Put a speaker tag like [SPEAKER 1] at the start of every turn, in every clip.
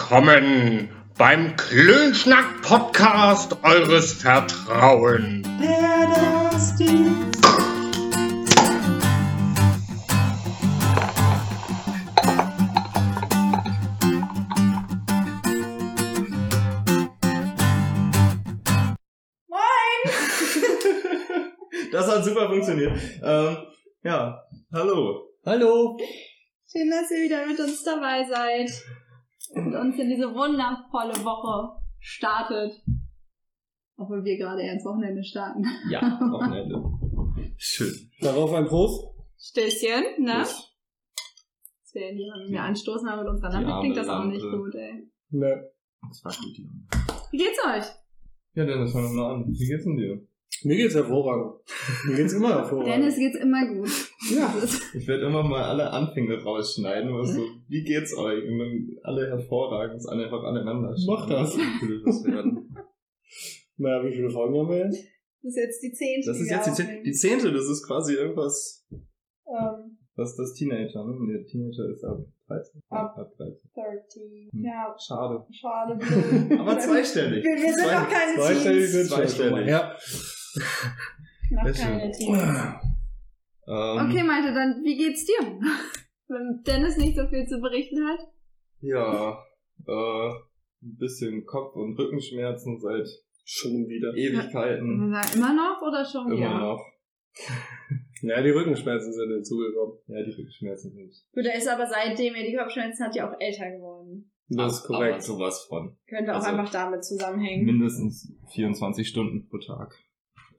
[SPEAKER 1] Willkommen beim Klönschnack-Podcast eures Vertrauens.
[SPEAKER 2] Der Dusty.
[SPEAKER 3] Das hat super funktioniert. Ähm, ja, hallo.
[SPEAKER 4] Hallo.
[SPEAKER 5] Schön, dass ihr wieder mit uns dabei seid und uns in diese wundervolle Woche startet. Obwohl wir gerade erst Wochenende starten.
[SPEAKER 3] Ja, Wochenende. Schön.
[SPEAKER 4] Darauf ein Prost.
[SPEAKER 5] Stößchen, ne? Dass wir in die Runde mehr anstoßen haben mit unserer
[SPEAKER 3] Die
[SPEAKER 5] Nachricht, klingt das auch
[SPEAKER 3] arme
[SPEAKER 5] nicht
[SPEAKER 3] Lampe.
[SPEAKER 5] gut, ey.
[SPEAKER 4] Ne.
[SPEAKER 3] Das war gut.
[SPEAKER 5] Wie geht's euch?
[SPEAKER 3] Ja, Dennis, fang doch mal an. Wie geht's denn dir?
[SPEAKER 4] Mir geht's hervorragend. Mir geht's immer hervorragend.
[SPEAKER 5] Dennis geht's immer gut.
[SPEAKER 4] Ja.
[SPEAKER 5] Das ist-
[SPEAKER 3] Ich werde immer mal alle Anfänge rausschneiden. Was so, wie geht's euch? Und dann alle hervorragend, das andere einfach aneinander
[SPEAKER 4] Mach das.
[SPEAKER 3] Das, werden.
[SPEAKER 4] Naja, wie viele Folgen haben wir jetzt?
[SPEAKER 5] das ist jetzt die zehnte.
[SPEAKER 3] das ist
[SPEAKER 5] wir
[SPEAKER 3] jetzt die, Zeh-
[SPEAKER 5] aufnehmen.
[SPEAKER 3] die zehnte. Das ist quasi irgendwas,
[SPEAKER 5] Ähm,
[SPEAKER 3] was das Teenager, ne? Nee, Teenager ist ab 13.
[SPEAKER 5] Ab.
[SPEAKER 3] ab 13.
[SPEAKER 5] 13.
[SPEAKER 3] Hm.
[SPEAKER 5] Ja,
[SPEAKER 3] Schade.
[SPEAKER 5] schade. blöd.
[SPEAKER 3] Aber zweistellig.
[SPEAKER 5] Wir, wir sind
[SPEAKER 3] Zwei-
[SPEAKER 5] noch keine
[SPEAKER 4] Zweistellig
[SPEAKER 5] Teens.
[SPEAKER 4] wird schon. schon mal.
[SPEAKER 3] Zweistellig.
[SPEAKER 4] Ja.
[SPEAKER 5] Noch
[SPEAKER 3] Sehr
[SPEAKER 5] keine Teens.
[SPEAKER 3] Ähm,
[SPEAKER 5] Okay, Malte, dann wie geht's dir? Wenn Dennis nicht so viel zu berichten hat.
[SPEAKER 3] Ja, äh, ein bisschen Kopf- und Rückenschmerzen seit
[SPEAKER 4] Schon wieder.
[SPEAKER 3] Ewigkeiten.
[SPEAKER 5] Immer noch oder schon
[SPEAKER 3] Hm. Immer
[SPEAKER 5] wieder?
[SPEAKER 3] noch.
[SPEAKER 4] Ja, die Rückenschmerzen sind hinzugekommen.
[SPEAKER 3] Ja, die Rückenschmerzen sind.
[SPEAKER 5] Gut, er ist aber seitdem er die Kopfschmerzen hat, ja auch älter geworden.
[SPEAKER 4] Das ist
[SPEAKER 3] Aber- Aber
[SPEAKER 4] korrekt.
[SPEAKER 3] sowas von.
[SPEAKER 5] Könnte auch
[SPEAKER 3] Also-
[SPEAKER 5] einfach damit zusammenhängen.
[SPEAKER 3] Mindestens 24 Stunden pro Tag.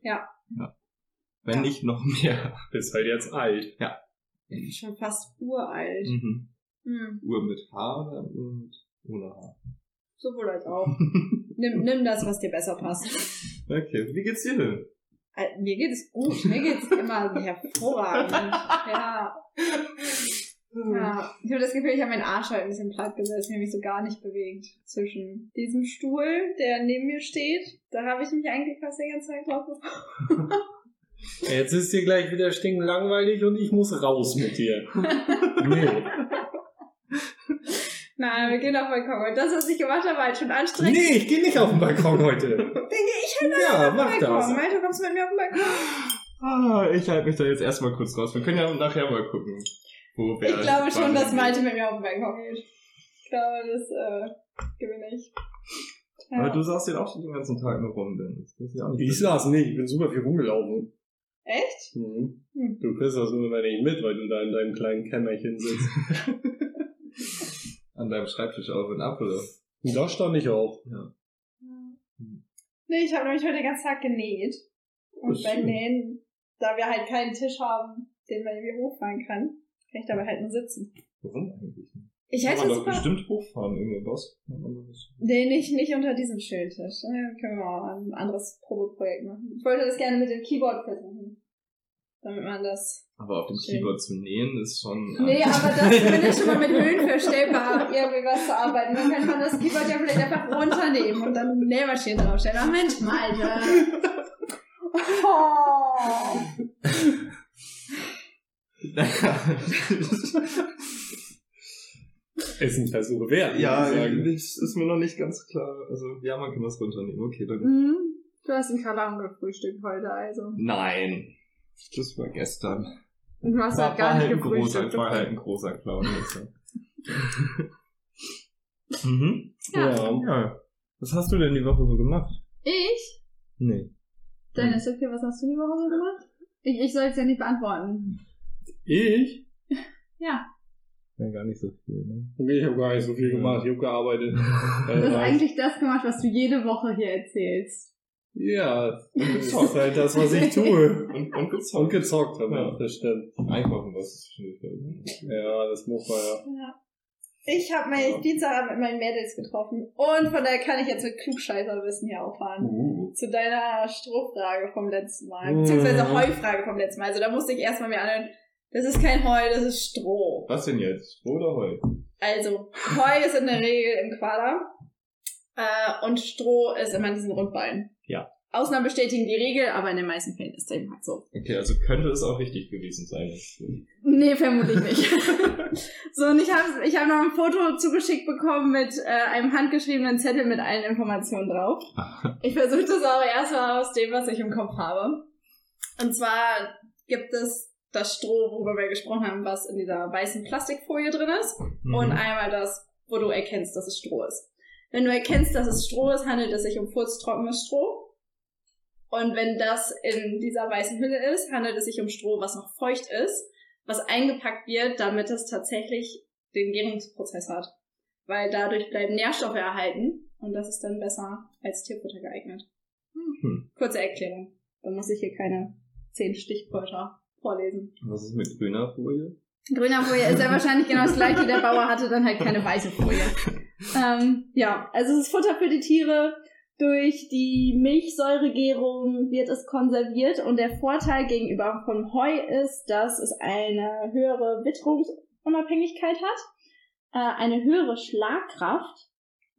[SPEAKER 5] Ja.
[SPEAKER 3] ja. Wenn
[SPEAKER 5] Ja.
[SPEAKER 3] nicht noch mehr.
[SPEAKER 4] Bist halt jetzt alt.
[SPEAKER 5] Schon fast uralt.
[SPEAKER 3] Mhm.
[SPEAKER 5] Hm,
[SPEAKER 3] Uhr mit Haar oder Uhr mit ohne Haar.
[SPEAKER 5] sowohl als auch. nimm, nimm das, was dir besser passt.
[SPEAKER 3] Okay, wie geht's dir denn?
[SPEAKER 5] Äh, Mir geht es gut, mir geht es immer hervorragend. Ja. ja. Ich habe das Gefühl, ich habe meinen Arsch halt ein bisschen platt gesetzt, ich habe mich so gar nicht bewegt. Zwischen diesem Stuhl, der neben mir steht, da habe ich mich eigentlich fast den ganzen Tag drauf gefreut.
[SPEAKER 4] Jetzt ist dir gleich wieder stinkend langweilig und ich muss raus mit dir. nee.
[SPEAKER 5] Nein, wir gehen auf den Balkon. Und das, was ich gemacht habe, war halt schon anstrengend.
[SPEAKER 4] Nee, ich gehe nicht auf den Balkon heute.
[SPEAKER 5] Dann gehe ich halt
[SPEAKER 4] Ja,
[SPEAKER 5] auf
[SPEAKER 4] mach
[SPEAKER 5] den Balkon.
[SPEAKER 4] das.
[SPEAKER 5] Mei, du kommst mit mir auf den Balkon.
[SPEAKER 3] Ah, ich halte mich da jetzt erstmal kurz raus. Wir können ja nachher mal gucken. Wo wer
[SPEAKER 5] ich glaube schon, dass
[SPEAKER 3] wann-
[SPEAKER 5] Malte mit mir auf den Balkon geht. Ich glaube, das äh, gewinne ich.
[SPEAKER 3] Aber
[SPEAKER 5] Ja.
[SPEAKER 3] du saßt ja auch schon den ganzen Tag nur rum, Dennis. Das ist ja auch nicht
[SPEAKER 4] Ich saß nicht, ich bin super viel rumgelaufen.
[SPEAKER 5] Echt?
[SPEAKER 4] Mhm.
[SPEAKER 5] Hm.
[SPEAKER 4] Du kriegst das nur immer nicht mit, weil du da in deinem kleinen Kämmerchen sitzt.
[SPEAKER 3] an deinem Schreibtisch auf und ab, oder?
[SPEAKER 4] Da stand ich auch.
[SPEAKER 3] Hm.
[SPEAKER 5] Nee, ich habe nämlich heute den ganzen Tag genäht. Und
[SPEAKER 3] Ist
[SPEAKER 5] beim
[SPEAKER 3] schön.
[SPEAKER 5] Nähen, da wir halt keinen Tisch haben, den man irgendwie hochfahren kann, kann ich dabei halt nur sitzen.
[SPEAKER 3] Warum eigentlich?
[SPEAKER 5] Ich
[SPEAKER 3] Kann
[SPEAKER 5] hätte
[SPEAKER 3] man doch
[SPEAKER 5] super...
[SPEAKER 3] bestimmt hochfahren, irgendwie was. Kann man das-
[SPEAKER 5] Nee, nicht, nicht unter diesem Schildtisch. Äh, Können wir mal ein anderes Probeprojekt machen. Ich wollte das gerne mit dem Keyboard versuchen. Damit man das...
[SPEAKER 3] Aber auf dem
[SPEAKER 5] Schön.
[SPEAKER 3] Keyboard zu nähen ist schon.
[SPEAKER 5] Nee, aber das finde ich schon mal mit Höhenverstellbar irgendwie was zu arbeiten. Dann könnte man das Keyboard ja vielleicht einfach runternehmen und dann eine Nähmaschine draufstellen. Ach Mensch, Malte. Oh.
[SPEAKER 4] Ist ein Versuch wert.
[SPEAKER 3] ja,
[SPEAKER 4] würde ich sagen.
[SPEAKER 3] das ist mir noch nicht ganz klar. Also, ja, man kann das runternehmen. Okay, dann.
[SPEAKER 5] Mhm. Du hast einen Kalam gefrühstückt heute, also.
[SPEAKER 3] Nein. Das war gestern.
[SPEAKER 5] Und du hast
[SPEAKER 3] War-
[SPEAKER 5] halt gar
[SPEAKER 3] war
[SPEAKER 5] nicht
[SPEAKER 3] halt ein großer,
[SPEAKER 5] gefrühstückt.
[SPEAKER 3] war halt ein großer Clown. mhm.
[SPEAKER 5] Ja.
[SPEAKER 3] Ja. Was hast du denn die Woche so gemacht?
[SPEAKER 5] Ich?
[SPEAKER 3] Nee.
[SPEAKER 5] Dennis, okay, was hast du die Woche so gemacht? Ich, ich soll es ja nicht beantworten.
[SPEAKER 4] Ich?
[SPEAKER 5] Ja.
[SPEAKER 3] Ja, gar nicht so viel, ne?
[SPEAKER 4] Okay, ich habe gar nicht so viel gemacht. Ich habe gearbeitet.
[SPEAKER 5] Du hast
[SPEAKER 4] Äh,
[SPEAKER 5] eigentlich das gemacht, was du jede Woche hier erzählst.
[SPEAKER 4] ja, das ist halt das, was ich tue.
[SPEAKER 3] Und, und gezockt.
[SPEAKER 4] Und gezockt habe
[SPEAKER 3] Ja.
[SPEAKER 4] ich, das stimmt.
[SPEAKER 3] Einkaufen warst du zwischendurch. ne?
[SPEAKER 4] Ja, das muss man ja.
[SPEAKER 5] Ja. Ich habe mich
[SPEAKER 3] Ja.
[SPEAKER 5] Dienstagabend mit meinen Mädels getroffen. Und von daher kann ich jetzt mit Klugscheißerwissen hier auffahren.
[SPEAKER 3] Uh.
[SPEAKER 5] Zu deiner Strohfrage vom letzten
[SPEAKER 3] Hm.
[SPEAKER 5] Mal.
[SPEAKER 4] Mhm.
[SPEAKER 5] Beziehungsweise Heufrage vom letzten Mal. Also da musste ich erstmal mir anhören, das ist kein Heu, das ist Stroh.
[SPEAKER 3] Was denn jetzt? Stroh oder Heu?
[SPEAKER 5] Also, Heu ist in der Regel im Quader äh, und Stroh ist immer in diesen Rundballen.
[SPEAKER 4] Ja.
[SPEAKER 5] Ausnahmen bestätigen die Regel, aber in den meisten Fällen ist es eben halt so.
[SPEAKER 3] Okay, also könnte es auch richtig gewesen sein. dass du-
[SPEAKER 5] Nee, vermutlich nicht. so, und ich habe ich hab noch ein Foto zugeschickt bekommen mit äh, einem handgeschriebenen Zettel mit allen Informationen drauf. Ich versuche das aber erstmal aus dem, was ich im Kopf habe. Und zwar gibt es das Stroh, worüber wir gesprochen haben, was in dieser weißen Plastikfolie drin ist.
[SPEAKER 3] Mhm.
[SPEAKER 5] Und einmal das, wo du erkennst, dass es Stroh ist. Wenn du erkennst, dass es Stroh ist, handelt es sich um furztrockenes Stroh. Und wenn das in dieser weißen Hülle ist, handelt es sich um Stroh, was noch feucht ist, was eingepackt wird, damit es tatsächlich den Gärungsprozess hat. Weil dadurch bleiben Nährstoffe erhalten und das ist dann besser als Tierfutter geeignet.
[SPEAKER 3] Hm.
[SPEAKER 5] Kurze Erklärung. Dann muss ich hier keine zehn Stichwörter vorlesen.
[SPEAKER 3] Was ist mit grüner Folie?
[SPEAKER 5] Grüner Folie ist ja wahrscheinlich genau das gleiche. Der Bauer hatte dann halt keine weiße Folie. Ähm, ja, also es ist Futter für die Tiere. Durch die Milchsäuregärung wird es konserviert und der Vorteil gegenüber von Heu ist, dass es eine höhere Witterungsunabhängigkeit hat, äh, eine höhere Schlagkraft.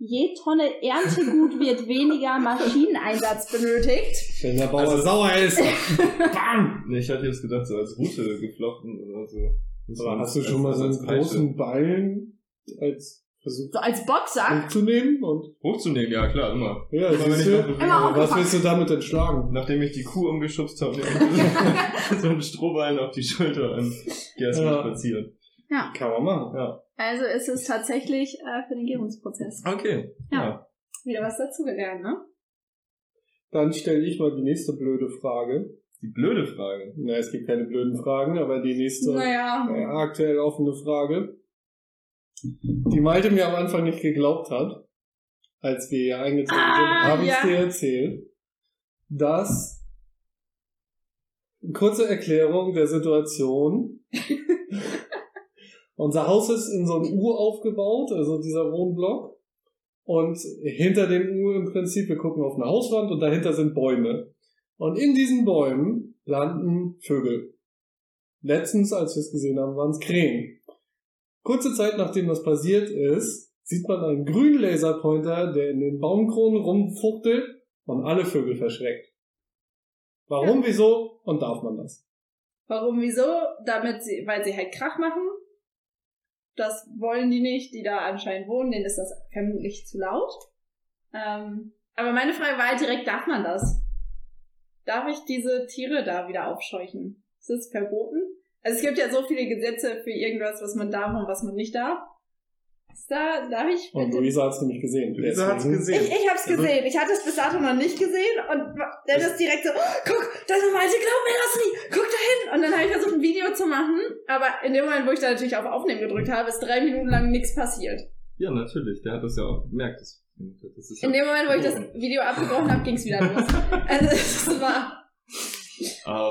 [SPEAKER 5] Je Tonne Erntegut wird weniger Maschineneinsatz benötigt.
[SPEAKER 4] Wenn der Bauer
[SPEAKER 3] Also-
[SPEAKER 4] sauer ist.
[SPEAKER 3] Bam! Nee, ich hatte jetzt gedacht, so als Rute geflochten oder so. also Das war-
[SPEAKER 4] hast du
[SPEAKER 3] als-
[SPEAKER 4] schon mal so
[SPEAKER 3] als
[SPEAKER 4] einen
[SPEAKER 3] Peitsche.
[SPEAKER 4] großen Ballen als versucht
[SPEAKER 5] So als Boxsack.
[SPEAKER 4] hochzunehmen? Und,
[SPEAKER 3] Hochzunehmen, ja klar, immer.
[SPEAKER 4] ja,
[SPEAKER 3] Immer wenn
[SPEAKER 4] siehst
[SPEAKER 3] ich
[SPEAKER 4] du,
[SPEAKER 3] dachte,
[SPEAKER 5] Immer
[SPEAKER 4] was
[SPEAKER 5] hochgepackt.
[SPEAKER 4] willst du damit denn schlagen?
[SPEAKER 3] Nachdem ich die Kuh umgeschubst habe, nehme ich so einen Strohballen auf die Schulter und gehe erstmal
[SPEAKER 4] Ja.
[SPEAKER 3] spazieren.
[SPEAKER 4] Kann man machen.
[SPEAKER 5] Also ist es tatsächlich äh, für den Gärungsprozess.
[SPEAKER 3] Okay.
[SPEAKER 5] Ja. Wieder was dazugelernt, ne?
[SPEAKER 4] Dann stelle ich mal die nächste blöde Frage.
[SPEAKER 3] Die blöde Frage.
[SPEAKER 4] Na, es gibt keine blöden Fragen, aber die nächste
[SPEAKER 5] Naja.
[SPEAKER 4] äh, aktuell offene Frage, die Malte mir am Anfang nicht geglaubt hat, als wir hier eingezogen
[SPEAKER 5] Ah,
[SPEAKER 4] sind, habe
[SPEAKER 5] ja.
[SPEAKER 4] ich dir erzählt, dass kurze Erklärung der Situation. Unser Haus ist in so ein U aufgebaut, also dieser Wohnblock. Und hinter dem U im Prinzip, wir gucken auf eine Hauswand und dahinter sind Bäume. Und in diesen Bäumen landen Vögel. Letztens, als wir es gesehen haben, waren es Krähen. Kurze Zeit nachdem das passiert ist, sieht man einen grünen Laserpointer, der in den Baumkronen rumfuchtelt und alle Vögel verschreckt. Warum, wieso und darf man das?
[SPEAKER 5] Warum, wieso? Damit sie, weil sie halt Krach machen. Das wollen die nicht, die da anscheinend wohnen, denen ist das vermutlich zu laut. Ähm, aber meine Frage war halt direkt, darf man das? Darf ich diese Tiere da wieder aufscheuchen? Ist das verboten? Also es gibt ja so viele Gesetze für irgendwas, was man darf und was man nicht darf. Ist da, darf ich
[SPEAKER 4] Und
[SPEAKER 5] bitte-
[SPEAKER 4] Luisa hat's nämlich gesehen.
[SPEAKER 3] Luisa hat's
[SPEAKER 4] Deswegen-
[SPEAKER 3] gesehen.
[SPEAKER 5] Ich, ich hab's
[SPEAKER 3] Also-
[SPEAKER 5] gesehen. Ich hatte es bis dato noch nicht gesehen und dann ist direkt so, oh, guck, da ist eine Malte, glaub mir das nie, guck da hin. Und dann habe ich versucht, ein Video zu machen, aber in dem Moment, wo ich da natürlich auf Aufnehmen gedrückt habe, ist drei Minuten lang nichts passiert.
[SPEAKER 3] Ja, natürlich. Der hat das ja auch gemerkt. Das, das ist ja
[SPEAKER 5] In dem Moment, wo ich das Video abgebrochen habe, ging's wieder los. Also es war,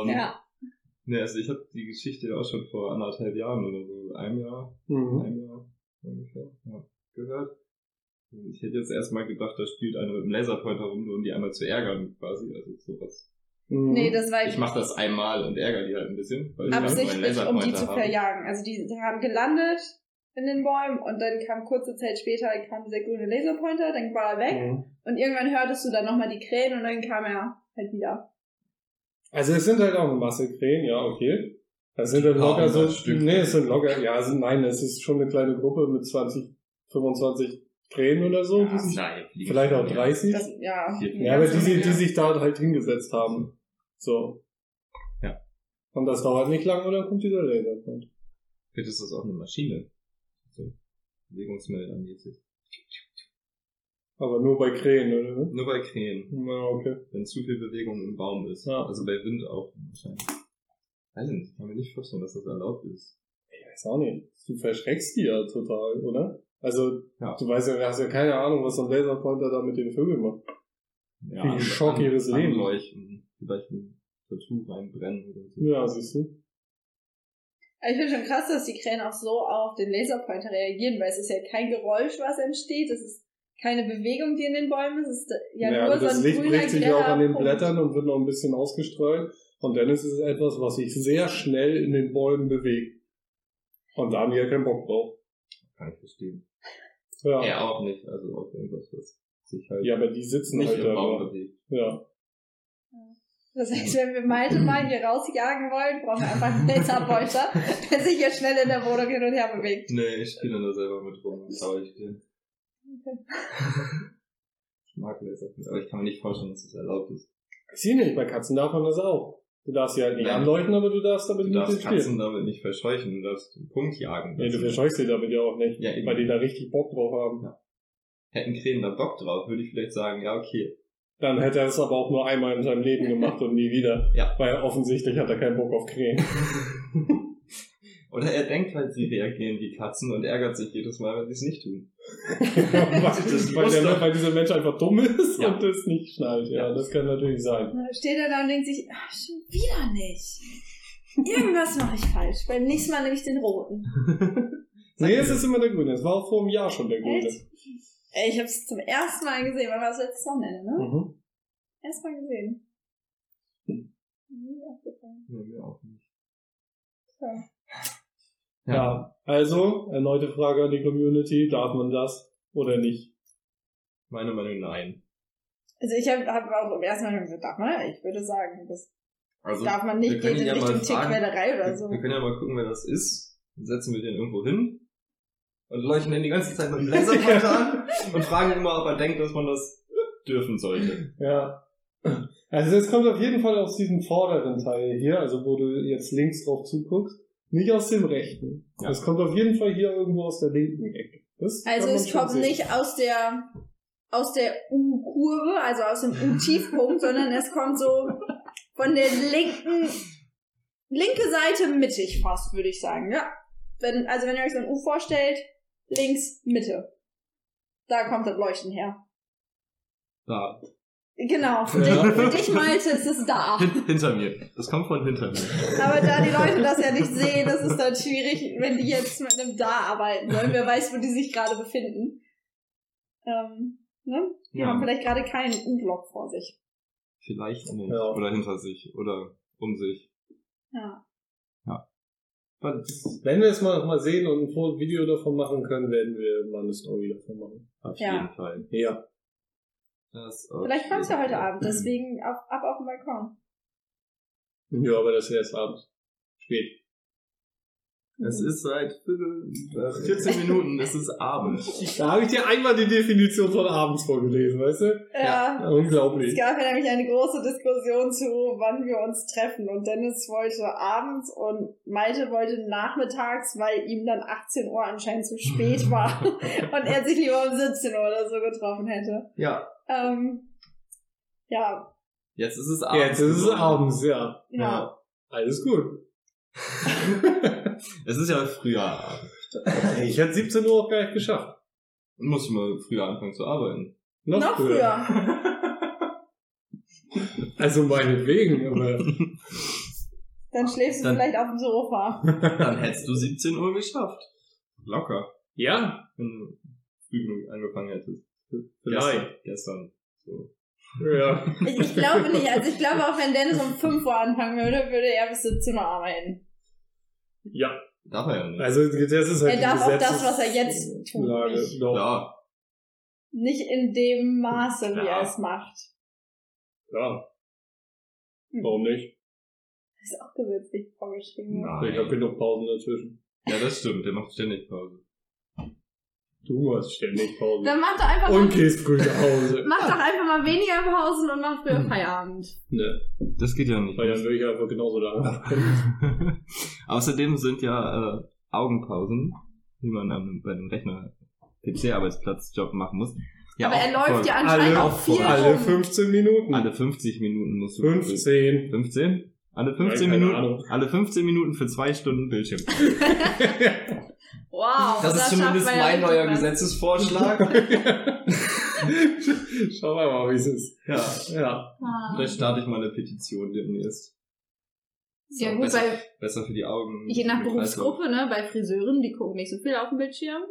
[SPEAKER 3] Ähm,
[SPEAKER 5] ja.
[SPEAKER 3] Ne, also ich habe die Geschichte ja auch schon vor anderthalb Jahren oder so, einem Jahr,
[SPEAKER 4] Mhm.
[SPEAKER 3] einem Jahr ungefähr, ja, gehört. Ich hätte jetzt erstmal gedacht, da spielt einer mit dem Laserpointer rum, nur um die einmal zu ärgern quasi, also sowas.
[SPEAKER 4] Mhm.
[SPEAKER 5] Nee, das war
[SPEAKER 3] Ich mache das einmal und ärgere die halt ein bisschen, weil ich halt nur einen
[SPEAKER 5] absichtlich, um die
[SPEAKER 3] Laserpointer
[SPEAKER 5] zu
[SPEAKER 3] habe.
[SPEAKER 5] verjagen. Also die haben gelandet in den Bäumen und dann kam kurze Zeit später kam dieser grüne Laserpointer, dann war er weg
[SPEAKER 4] Mhm.
[SPEAKER 5] und irgendwann hörtest du dann nochmal die Krähen und dann kam er halt wieder.
[SPEAKER 4] Also es sind halt auch eine Masse Krähen, ja, okay. Das sind dann
[SPEAKER 3] Ein
[SPEAKER 4] locker
[SPEAKER 3] paar
[SPEAKER 4] so.
[SPEAKER 3] hundert Stück.
[SPEAKER 4] Nee, es sind locker, ja, es sind, nein, es ist schon eine kleine Gruppe mit 20, 25 Krähen oder so. die sich,
[SPEAKER 3] nein, die-
[SPEAKER 4] vielleicht auch 30.
[SPEAKER 5] Das, ja.
[SPEAKER 3] Vier, fünf.
[SPEAKER 4] ja, aber die,
[SPEAKER 5] Ganze
[SPEAKER 4] die, die
[SPEAKER 5] Menge.
[SPEAKER 4] sich da halt hingesetzt haben. So.
[SPEAKER 3] Ja.
[SPEAKER 4] Und das dauert nicht lang und dann kommt dieser Laserpointer.
[SPEAKER 3] Vielleicht ist das auch eine Maschine. So, Bewegungsmelder mäßig.
[SPEAKER 4] Aber nur bei Krähen, oder?
[SPEAKER 3] Nur bei Krähen,
[SPEAKER 4] Ja, okay.
[SPEAKER 3] wenn zu viel Bewegung im Baum ist.
[SPEAKER 4] Ja.
[SPEAKER 3] Also bei Wind auch wahrscheinlich. Weiß ich nicht, ich kann mir nicht vorstellen, dass das erlaubt ist.
[SPEAKER 4] Ich weiß auch nicht. Du verschreckst die ja total, oder? Also,
[SPEAKER 3] Ja.
[SPEAKER 4] du weißt ja, du hast ja keine Ahnung, was so ein Laserpointer da mit den Vögeln macht.
[SPEAKER 3] ja,
[SPEAKER 4] Kriegen
[SPEAKER 3] an-
[SPEAKER 4] Schock ihres
[SPEAKER 3] an-
[SPEAKER 4] Lebens.
[SPEAKER 3] anleuchten, vielleicht ein Tattoo reinbrennen oder so.
[SPEAKER 4] Ja, siehst du.
[SPEAKER 5] Aber Ich finde schon krass, dass die Krähen auch so auf den Laserpointer reagieren, weil es ist ja kein Geräusch, was entsteht. Es ist keine Bewegung, die in den Bäumen ist. Es ist ja, nur
[SPEAKER 4] aber
[SPEAKER 5] so ein
[SPEAKER 4] das Licht
[SPEAKER 5] grüner,
[SPEAKER 4] bricht sich ja auch an
[SPEAKER 5] greller
[SPEAKER 4] den
[SPEAKER 5] Punkt.
[SPEAKER 4] Blättern und wird noch ein bisschen ausgestreut. Und dann ist es etwas, was sich sehr schnell in den Bäumen bewegt. Und da haben die ja keinen Bock drauf.
[SPEAKER 3] Kann ich verstehen.
[SPEAKER 4] Ja.
[SPEAKER 3] Er
[SPEAKER 4] Ja,
[SPEAKER 3] auch nicht, also auch irgendwas, was sich halt
[SPEAKER 4] aber die sitzen
[SPEAKER 3] nicht
[SPEAKER 4] halt
[SPEAKER 3] im Baum
[SPEAKER 4] da.
[SPEAKER 3] bewegt.
[SPEAKER 4] Ja.
[SPEAKER 5] Das heißt, wenn wir Malte mal hier rausjagen wollen, brauchen wir einfach einen Laserbeutel, der sich hier schnell in der Wohnung hin und her bewegt.
[SPEAKER 3] Nee, ich spiele nur selber mit rum. Das habe ich dir. ich mag Laser, aber ich kann mir nicht vorstellen, dass das erlaubt ist.
[SPEAKER 4] Ich sehe nicht, bei Katzen darf man das auch. Du darfst sie halt nicht
[SPEAKER 3] Nein.
[SPEAKER 4] anleuchten, aber du darfst damit
[SPEAKER 3] Du
[SPEAKER 4] nicht
[SPEAKER 3] darfst
[SPEAKER 4] spielen.
[SPEAKER 3] Katzen damit nicht verscheuchen, du darfst einen Punkt jagen.
[SPEAKER 4] Nee, du verscheuchst sie damit ja auch nicht,
[SPEAKER 3] Ja, eben.
[SPEAKER 4] weil die da richtig Bock drauf haben.
[SPEAKER 3] Hätten Krähen da Bock drauf, würde ich vielleicht sagen, ja, okay.
[SPEAKER 4] Dann hätte er es aber auch nur einmal in seinem Leben gemacht und nie wieder.
[SPEAKER 3] Ja.
[SPEAKER 4] Weil offensichtlich hat er keinen Bock auf Krähen.
[SPEAKER 3] Oder er denkt halt, sie reagieren wie Katzen und ärgert sich jedes Mal, wenn sie es nicht tun.
[SPEAKER 4] weil, weil,
[SPEAKER 3] wusste.
[SPEAKER 4] der, weil dieser Mensch einfach dumm ist
[SPEAKER 3] Ja.
[SPEAKER 4] und das nicht schnallt. Ja,
[SPEAKER 3] Ja.
[SPEAKER 4] das kann natürlich sein.
[SPEAKER 5] Dann steht er da und denkt sich, ah, schon wieder nicht. Irgendwas mache ich falsch. Beim nächsten Mal nehme ich den roten.
[SPEAKER 4] Nee, es ist immer der Grüne. Es war auch vor einem Jahr schon der Grüne.
[SPEAKER 5] Echt? Ey, ich habe es zum ersten Mal gesehen. Wann war das letzte Wochenende, ne?
[SPEAKER 4] Mhm.
[SPEAKER 5] Erstmal gesehen. Nie aufgefallen.
[SPEAKER 3] Nee, mir auch nicht.
[SPEAKER 5] Tja.
[SPEAKER 4] Ja. also erneute Frage an die Community. Darf man das oder nicht?
[SPEAKER 3] Meine Meinung nein.
[SPEAKER 5] Also ich habe hab auch im ersten Mal gesagt, darf man, ich würde sagen, das
[SPEAKER 3] Also,
[SPEAKER 5] darf man
[SPEAKER 3] wir
[SPEAKER 5] nicht,
[SPEAKER 3] können
[SPEAKER 5] geht in
[SPEAKER 3] ihn ja mal
[SPEAKER 5] Richtung
[SPEAKER 3] fragen.
[SPEAKER 5] Tickquälerei oder
[SPEAKER 3] wir,
[SPEAKER 5] so.
[SPEAKER 3] wir können ja mal gucken, wer das ist. Dann setzen wir den irgendwo hin und leuchten ihn die ganze Zeit mit dem Laserpointer an und fragen ihn mal, ob er denkt, dass man das dürfen sollte.
[SPEAKER 4] Ja. Also es kommt auf jeden Fall aus diesem vorderen Teil hier, also wo du jetzt links drauf zuguckst, nicht aus dem rechten.
[SPEAKER 3] Ja.
[SPEAKER 4] Es kommt auf jeden Fall hier irgendwo aus der linken Ecke. Das
[SPEAKER 5] Also
[SPEAKER 4] kann man
[SPEAKER 5] es
[SPEAKER 4] schon
[SPEAKER 5] kommt
[SPEAKER 4] sehen.
[SPEAKER 5] nicht aus der aus der U-Kurve, also aus dem U-Tiefpunkt, sondern es kommt so von der linken linke Seite mittig fast, würde ich sagen. Ja. Wenn, also wenn ihr euch so ein U vorstellt, links Mitte. Da kommt das Leuchten her.
[SPEAKER 3] Da.
[SPEAKER 5] Genau, für dich, für dich Malte ist es da.
[SPEAKER 3] Hin, hinter mir. Das kommt von hinter mir.
[SPEAKER 5] Aber da die Leute das ja nicht sehen, das ist dann schwierig, wenn die jetzt mit einem Da arbeiten sollen. Wer weiß, wo die sich gerade befinden. Ähm, ne? Die haben vielleicht gerade keinen U-Block vor sich.
[SPEAKER 3] Vielleicht nicht.
[SPEAKER 4] Ja.
[SPEAKER 3] Oder hinter sich. Oder um sich.
[SPEAKER 5] Ja.
[SPEAKER 3] Auf
[SPEAKER 4] Wenn wir es mal noch mal sehen und ein Foto- Video davon machen können, werden wir mal eine Story davon machen.
[SPEAKER 5] Ja.
[SPEAKER 3] jeden Fall.
[SPEAKER 4] Ja.
[SPEAKER 3] Das auf
[SPEAKER 5] Vielleicht kommst du
[SPEAKER 3] jeden
[SPEAKER 5] heute
[SPEAKER 3] Fall.
[SPEAKER 5] Abend, deswegen ab, ab auf den Balkon.
[SPEAKER 4] Ja, aber das ist erst abends. Spät.
[SPEAKER 3] Es
[SPEAKER 5] Mhm.
[SPEAKER 3] ist seit äh, 14 Minuten, es ist Abend.
[SPEAKER 4] Da habe ich dir einmal die Definition von abends vorgelesen, weißt du?
[SPEAKER 5] ja. Es
[SPEAKER 4] Unglaublich.
[SPEAKER 5] gab ja nämlich eine große Diskussion zu, wann wir uns treffen. Und Dennis wollte abends und Malte wollte nachmittags, weil ihm dann 18 Uhr anscheinend zu spät war. und er sich lieber um 17 Uhr oder so getroffen hätte.
[SPEAKER 3] Ja.
[SPEAKER 5] Ähm, ja,
[SPEAKER 3] Jetzt ist es abends.
[SPEAKER 4] Jetzt ist es
[SPEAKER 3] geworden.
[SPEAKER 4] abends, ja.
[SPEAKER 5] ja. ja.
[SPEAKER 4] Alles gut.
[SPEAKER 3] Es ist ja früher Abend.
[SPEAKER 4] Ich hätte 17 Uhr auch gar nicht geschafft.
[SPEAKER 3] Dann muss ich mal früher anfangen zu arbeiten.
[SPEAKER 4] Noch,
[SPEAKER 5] Noch
[SPEAKER 4] früher.
[SPEAKER 5] früher.
[SPEAKER 4] Also meinetwegen, aber
[SPEAKER 5] Dann schläfst du
[SPEAKER 3] Dann-
[SPEAKER 5] vielleicht auf dem Sofa.
[SPEAKER 3] Dann hättest du 17 Uhr geschafft. Locker.
[SPEAKER 4] ja,
[SPEAKER 3] Wenn du früh genug angefangen hättest.
[SPEAKER 4] Vielleicht.
[SPEAKER 3] Gestern. gestern. So.
[SPEAKER 4] ja.
[SPEAKER 5] Ich, ich glaube nicht. Also ich glaube auch, wenn Dennis um 5 Uhr anfangen würde, würde er bis 17 Uhr arbeiten.
[SPEAKER 4] Ja.
[SPEAKER 3] Darf er ja nicht.
[SPEAKER 4] Also das ist halt
[SPEAKER 5] Er
[SPEAKER 4] die
[SPEAKER 5] darf auch das,
[SPEAKER 4] Gesetzes-
[SPEAKER 5] was er jetzt tut,
[SPEAKER 4] Lage.
[SPEAKER 5] nicht.
[SPEAKER 4] Doch.
[SPEAKER 3] ja.
[SPEAKER 5] Nicht in dem Maße, wie er
[SPEAKER 3] Ja.
[SPEAKER 5] es macht.
[SPEAKER 4] Ja.
[SPEAKER 5] Hm.
[SPEAKER 4] Warum nicht?
[SPEAKER 5] Das ist auch gesetzlich vorgeschrieben.
[SPEAKER 4] Ich habe
[SPEAKER 3] Nein.
[SPEAKER 4] genug Pausen dazwischen.
[SPEAKER 3] Ja, das stimmt. Der macht ständig Pause.
[SPEAKER 4] Du hast ständig Pausen.
[SPEAKER 5] Dann mach doch einfach mal,
[SPEAKER 4] Und gehst früh nach Hause.
[SPEAKER 5] mach doch einfach mal weniger Pausen und mach
[SPEAKER 3] Hm.
[SPEAKER 5] früher Feierabend.
[SPEAKER 4] Ne,
[SPEAKER 3] Das geht ja nicht.
[SPEAKER 4] weil dann würde ich einfach genauso da.
[SPEAKER 3] Außerdem sind ja äh, Augenpausen, die man am, bei einem Rechner PC-Arbeitsplatzjob machen muss. Ja,
[SPEAKER 5] Aber
[SPEAKER 3] auch
[SPEAKER 5] er läuft
[SPEAKER 3] voll.
[SPEAKER 5] ja anscheinend
[SPEAKER 4] Alle-
[SPEAKER 5] auch viel
[SPEAKER 4] Alle
[SPEAKER 5] rum.
[SPEAKER 4] 15 Minuten.
[SPEAKER 3] Alle 50 Minuten musst du
[SPEAKER 4] 15.
[SPEAKER 3] 15? Alle 15
[SPEAKER 4] keine
[SPEAKER 3] Minuten?
[SPEAKER 4] Ahnung.
[SPEAKER 3] Alle 15 Minuten für zwei Stunden Bildschirm.
[SPEAKER 5] Wow. Oh, schafft man ja richtig was.
[SPEAKER 3] Gesetzesvorschlag.
[SPEAKER 4] Schauen wir mal, wie es ist.
[SPEAKER 3] ja,
[SPEAKER 4] Ja.
[SPEAKER 5] Ah.
[SPEAKER 3] vielleicht starte ich mal eine Petition demnächst.
[SPEAKER 5] Ja gut,
[SPEAKER 3] besser, Also.
[SPEAKER 5] bei,
[SPEAKER 3] besser für die Augen.
[SPEAKER 5] Je nach
[SPEAKER 3] für den
[SPEAKER 5] Berufsgruppe, ne? Bei Friseuren, die gucken nicht so viel auf den Bildschirm.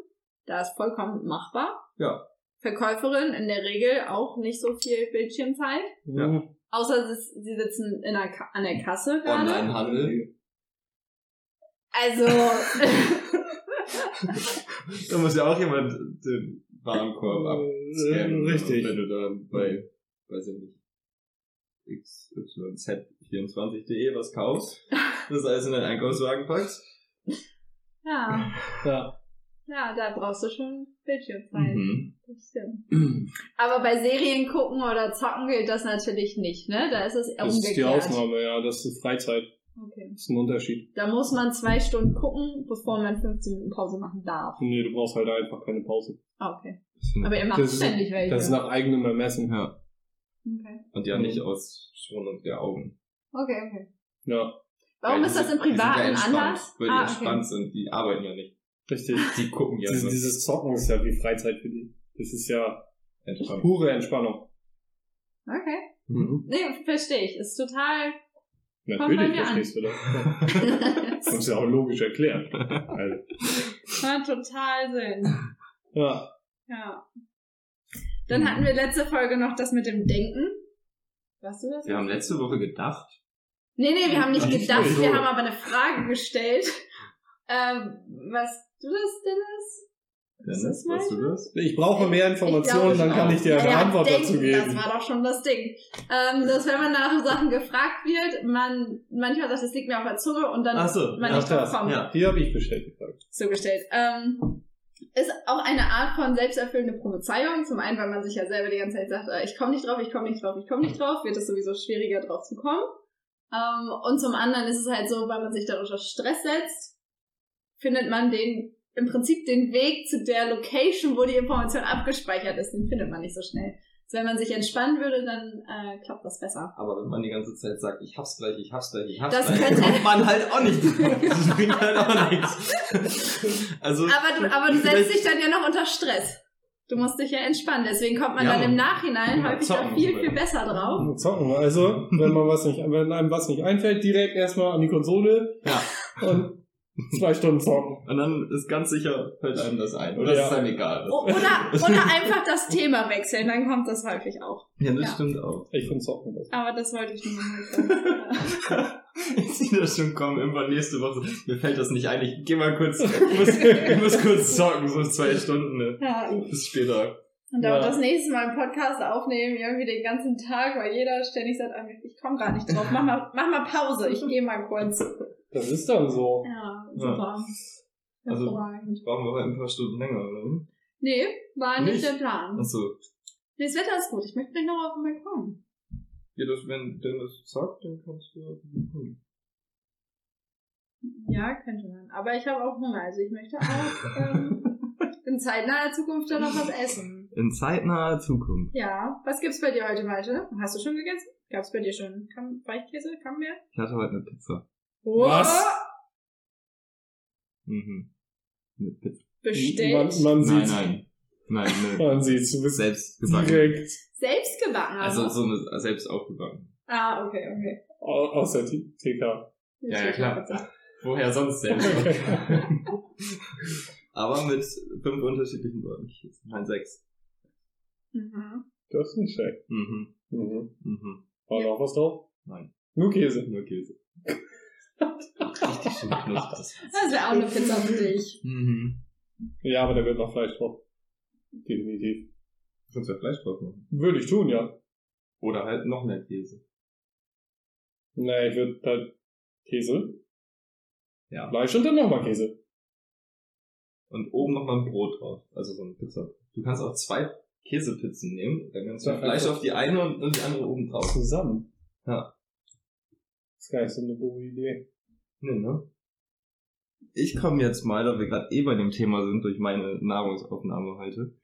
[SPEAKER 5] Da ist vollkommen machbar.
[SPEAKER 3] Ja.
[SPEAKER 5] Verkäuferin in der Regel auch nicht so viel Bildschirmzeit.
[SPEAKER 4] ja.
[SPEAKER 5] Außer sie, sie sitzen in der Ka an der Kasse
[SPEAKER 3] Kreislauf.
[SPEAKER 5] gerade.
[SPEAKER 3] Onlinehandel.
[SPEAKER 5] Also,
[SPEAKER 3] Da muss ja auch jemand den Warenkorb ab. ne?
[SPEAKER 4] Äh, Richtig.
[SPEAKER 3] Wenn du da bei, weiß ich nicht, xyz24.de was kaufst, das alles in deinen Einkaufswagen packst.
[SPEAKER 5] Ja,
[SPEAKER 4] Ja.
[SPEAKER 5] ja, da brauchst du schon Bildschirmzeit.
[SPEAKER 3] Mhm.
[SPEAKER 5] Das stimmt. Aber bei Serien gucken oder zocken gilt das natürlich nicht, ne? Da ist es eher
[SPEAKER 4] Das ist die
[SPEAKER 5] umgekehrt.
[SPEAKER 4] Ausnahme, ja. Das ist Freizeit.
[SPEAKER 5] Okay.
[SPEAKER 4] Das ist ein Unterschied.
[SPEAKER 5] Da muss man zwei Stunden gucken, bevor man 15 Minuten Pause machen darf.
[SPEAKER 4] Nee, du brauchst halt einfach keine Pause.
[SPEAKER 5] Ah, okay. Aber ihr macht
[SPEAKER 4] Das ist-
[SPEAKER 5] ständig welche.
[SPEAKER 4] Das ist nach eigenem Ermessen.
[SPEAKER 3] Ja.
[SPEAKER 5] okay.
[SPEAKER 3] Und ja,
[SPEAKER 4] Mhm.
[SPEAKER 3] nicht aus Schonung der Augen.
[SPEAKER 5] Okay, okay.
[SPEAKER 4] Ja,
[SPEAKER 5] Warum
[SPEAKER 3] Weil
[SPEAKER 5] ist
[SPEAKER 3] die
[SPEAKER 5] das im
[SPEAKER 3] sind- die sind ja
[SPEAKER 5] Privaten
[SPEAKER 3] entspannt,
[SPEAKER 5] anders?
[SPEAKER 3] Weil die
[SPEAKER 5] Ah,
[SPEAKER 3] entspannt
[SPEAKER 5] okay.
[SPEAKER 3] sind, die arbeiten ja nicht.
[SPEAKER 4] richtig.
[SPEAKER 3] Die gucken ja
[SPEAKER 4] dieses,
[SPEAKER 3] nur
[SPEAKER 4] dieses Zocken ist ja wie Freizeit für die. Das ist ja
[SPEAKER 3] entspannt. Mhm.
[SPEAKER 4] pure Mhm. Entspannung.
[SPEAKER 5] Okay. Nee, verstehe ich. Ist total. Komm bei
[SPEAKER 4] Natürlich
[SPEAKER 5] mir
[SPEAKER 4] verstehst du das. Das ist ja auch logisch erklärt. Also,
[SPEAKER 5] Macht total Sinn.
[SPEAKER 4] ja,
[SPEAKER 5] Ja. Dann hatten wir letzte Folge noch das mit dem Denken. Warst du das?
[SPEAKER 3] Wir haben letzte Woche gedacht,
[SPEAKER 5] Nee, nee, wir haben nicht
[SPEAKER 4] Ach,
[SPEAKER 5] gedacht,
[SPEAKER 4] so.
[SPEAKER 5] wir haben aber eine Frage gestellt. Ähm, was du das, Dennis?
[SPEAKER 3] Dennis,
[SPEAKER 5] das
[SPEAKER 3] weißt du das?
[SPEAKER 4] ich brauche mehr ne? Informationen,
[SPEAKER 5] Ich
[SPEAKER 4] dann
[SPEAKER 5] glaub,
[SPEAKER 4] kann ich dir eine
[SPEAKER 5] Ja,
[SPEAKER 4] Antwort
[SPEAKER 5] denken,
[SPEAKER 4] dazu
[SPEAKER 5] Das
[SPEAKER 4] geben.
[SPEAKER 5] war doch schon das Ding. Ähm, dass wenn man nach Sachen gefragt wird, man manchmal sagt, das liegt mir auf der Zunge und dann
[SPEAKER 3] Ach so,
[SPEAKER 5] man
[SPEAKER 3] ja,
[SPEAKER 5] nicht drauf
[SPEAKER 4] das,
[SPEAKER 5] kommt.
[SPEAKER 3] ja.
[SPEAKER 4] Hier habe ich bestellt gefragt.
[SPEAKER 5] zugestellt. Ähm, ist auch eine Art von selbsterfüllende Prophezeiung. Zum einen, weil man sich ja selber die ganze Zeit sagt, äh, ich komme nicht drauf, ich komme nicht drauf, ich komme nicht drauf, wird es sowieso schwieriger drauf zu kommen. Ähm, und zum anderen ist es halt so, weil man sich dadurch unter Stress setzt, findet man den im Prinzip den Weg zu der Location, wo die Information abgespeichert ist, den findet man nicht so schnell. Also wenn man sich entspannen würde, dann äh, klappt das besser.
[SPEAKER 3] Aber wenn man die ganze Zeit sagt, ich hab's gleich, ich hab's gleich, ich hab's
[SPEAKER 5] Das
[SPEAKER 3] gleich,
[SPEAKER 5] könnte-
[SPEAKER 3] kommt man halt auch nicht drauf. Das bringt halt auch nichts. Also,
[SPEAKER 5] Aber du, aber du setzt
[SPEAKER 3] vielleicht-
[SPEAKER 5] dich dann ja noch unter Stress. Du musst dich ja entspannen. Deswegen kommt man
[SPEAKER 3] Ja,
[SPEAKER 5] dann im
[SPEAKER 3] kann
[SPEAKER 5] Nachhinein
[SPEAKER 3] man
[SPEAKER 5] häufig
[SPEAKER 3] zocken
[SPEAKER 5] da viel,
[SPEAKER 3] und so
[SPEAKER 5] viel
[SPEAKER 3] weiter.
[SPEAKER 5] besser drauf.
[SPEAKER 4] Zocken. Also, wenn man was nicht, wenn einem was nicht einfällt, direkt erstmal an die Konsole
[SPEAKER 3] Ja.
[SPEAKER 4] und zwei Stunden zocken.
[SPEAKER 3] Und dann ist ganz sicher, fällt einem das ein. Oder
[SPEAKER 4] Ja.
[SPEAKER 3] ist einem egal.
[SPEAKER 5] O- Oder, oder einfach das Thema wechseln, dann kommt das häufig auch.
[SPEAKER 3] Ja, das
[SPEAKER 5] Ja.
[SPEAKER 3] stimmt auch.
[SPEAKER 4] Ich finde Zocken das.
[SPEAKER 5] Aber das wollte ich nur mal sagen.
[SPEAKER 3] Ich sehe das schon kommen, irgendwann nächste Woche. Mir fällt das nicht ein. Ich geh mal kurz, ich muss, ich muss kurz zocken, so zwei Stunden. Ne?
[SPEAKER 5] Ja.
[SPEAKER 3] Bis später.
[SPEAKER 5] Und da
[SPEAKER 4] Ja.
[SPEAKER 5] das nächste Mal einen Podcast aufnehmen, irgendwie den ganzen Tag, weil jeder ständig sagt, ah, ich komme gerade nicht drauf, mach mal, mach mal Pause, ich gehe mal kurz.
[SPEAKER 4] Das ist dann so.
[SPEAKER 5] Ja, super.
[SPEAKER 3] Also-
[SPEAKER 5] Hervorragend.
[SPEAKER 3] Brauchen wir aber ein paar Stunden länger, oder?
[SPEAKER 5] Nee, war nicht,
[SPEAKER 3] Nicht?
[SPEAKER 5] der Plan.
[SPEAKER 3] Achso.
[SPEAKER 5] Nee, das Wetter ist gut, ich möchte gleich noch auf den Balkon.
[SPEAKER 3] Ja, das, wenn Dennis zockt, dann kannst du. Hm.
[SPEAKER 5] Ja, könnte man. Aber ich habe auch Hunger, also ich möchte auch ähm, in zeitnaher Zukunft dann noch was essen.
[SPEAKER 3] In zeitnaher Zukunft.
[SPEAKER 5] Ja, was gibt's bei dir heute, Malte? Hast du schon gegessen? Gab's bei dir schon Kam Weichkäse? Camembert?
[SPEAKER 3] Ich hatte heute eine Pizza.
[SPEAKER 5] Oh,
[SPEAKER 4] Was?
[SPEAKER 3] Mhm. Eine Pizza.
[SPEAKER 5] Bestellt.
[SPEAKER 4] Man, man
[SPEAKER 3] Nein,
[SPEAKER 4] sieht's.
[SPEAKER 3] nein. Nein, ne.
[SPEAKER 4] Man sieht's. Du bist
[SPEAKER 3] Selbst gebacken.
[SPEAKER 4] direkt
[SPEAKER 5] Selbst gebacken.
[SPEAKER 3] Also
[SPEAKER 5] aber.
[SPEAKER 3] so eine selbst aufgebacken.
[SPEAKER 5] Ah, okay, okay.
[SPEAKER 4] au- aus der T- TK.
[SPEAKER 5] Jetzt
[SPEAKER 3] Ja, ja,
[SPEAKER 5] geht's
[SPEAKER 3] klar.
[SPEAKER 5] weiter.
[SPEAKER 3] Woher sonst selbst gebacken? Aber mit fünf unterschiedlichen Bäumen. Nein, sechs.
[SPEAKER 5] Mhm.
[SPEAKER 4] Das ist ein Check.
[SPEAKER 3] Mhm.
[SPEAKER 4] Mhm.
[SPEAKER 3] Mhm.
[SPEAKER 4] War noch was drauf?
[SPEAKER 3] Nein.
[SPEAKER 4] Nur Käse.
[SPEAKER 3] Nur Käse. Richtig schön knusprig.
[SPEAKER 5] Das wäre auch eine Pizza für dich.
[SPEAKER 3] Mhm.
[SPEAKER 4] Ja, aber da wird noch Fleisch drauf. Definitiv.
[SPEAKER 3] Kannst du ja Fleisch drauf machen.
[SPEAKER 4] Würde ich tun, ja.
[SPEAKER 3] Oder halt noch mehr Käse.
[SPEAKER 4] Nee, ich würde halt Käse,
[SPEAKER 3] Ja.
[SPEAKER 4] Fleisch und dann nochmal Käse.
[SPEAKER 3] Und oben nochmal ein Brot drauf. Also so eine Pizza. Du kannst auch zwei Käsepizzen nehmen. Dann kannst du
[SPEAKER 4] Ja,
[SPEAKER 3] Fleisch
[SPEAKER 4] also-
[SPEAKER 3] auf die eine und, und die andere oben drauf.
[SPEAKER 4] Zusammen.
[SPEAKER 3] Ja.
[SPEAKER 4] Das ist gar nicht so eine doofe Idee.
[SPEAKER 3] Nee, ne? Ich komme jetzt mal, da wir gerade eh bei dem Thema sind, durch meine Nahrungsaufnahme heute,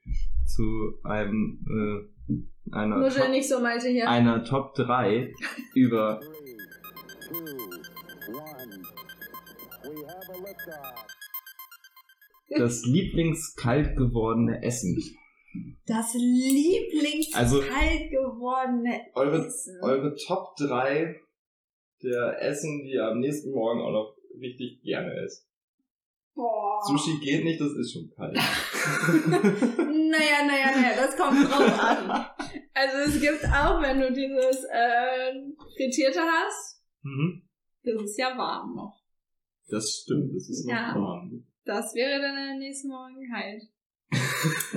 [SPEAKER 3] zu einem, äh, einer,
[SPEAKER 5] Nuschel
[SPEAKER 3] Top,
[SPEAKER 5] nicht so, Malte, hier.
[SPEAKER 3] einer Top 3 über das lieblingskalt gewordene Essen.
[SPEAKER 5] Das Lieblings
[SPEAKER 3] Also- Äh,
[SPEAKER 5] kalt gewordene
[SPEAKER 3] Eure-
[SPEAKER 5] Essen.
[SPEAKER 3] Eure Top 3 der Essen, die ihr am nächsten Morgen auch noch richtig gerne isst.
[SPEAKER 5] Boah.
[SPEAKER 3] Sushi geht nicht, das ist schon kalt.
[SPEAKER 5] Naja, naja, naja, das kommt drauf an. Also es gibt auch, wenn du dieses äh, Frittierte hast,
[SPEAKER 3] mhm.
[SPEAKER 5] das ist ja warm noch.
[SPEAKER 3] Das stimmt, das ist noch
[SPEAKER 5] Ja.
[SPEAKER 3] warm.
[SPEAKER 5] Das wäre dann am nächsten Morgen kalt. Das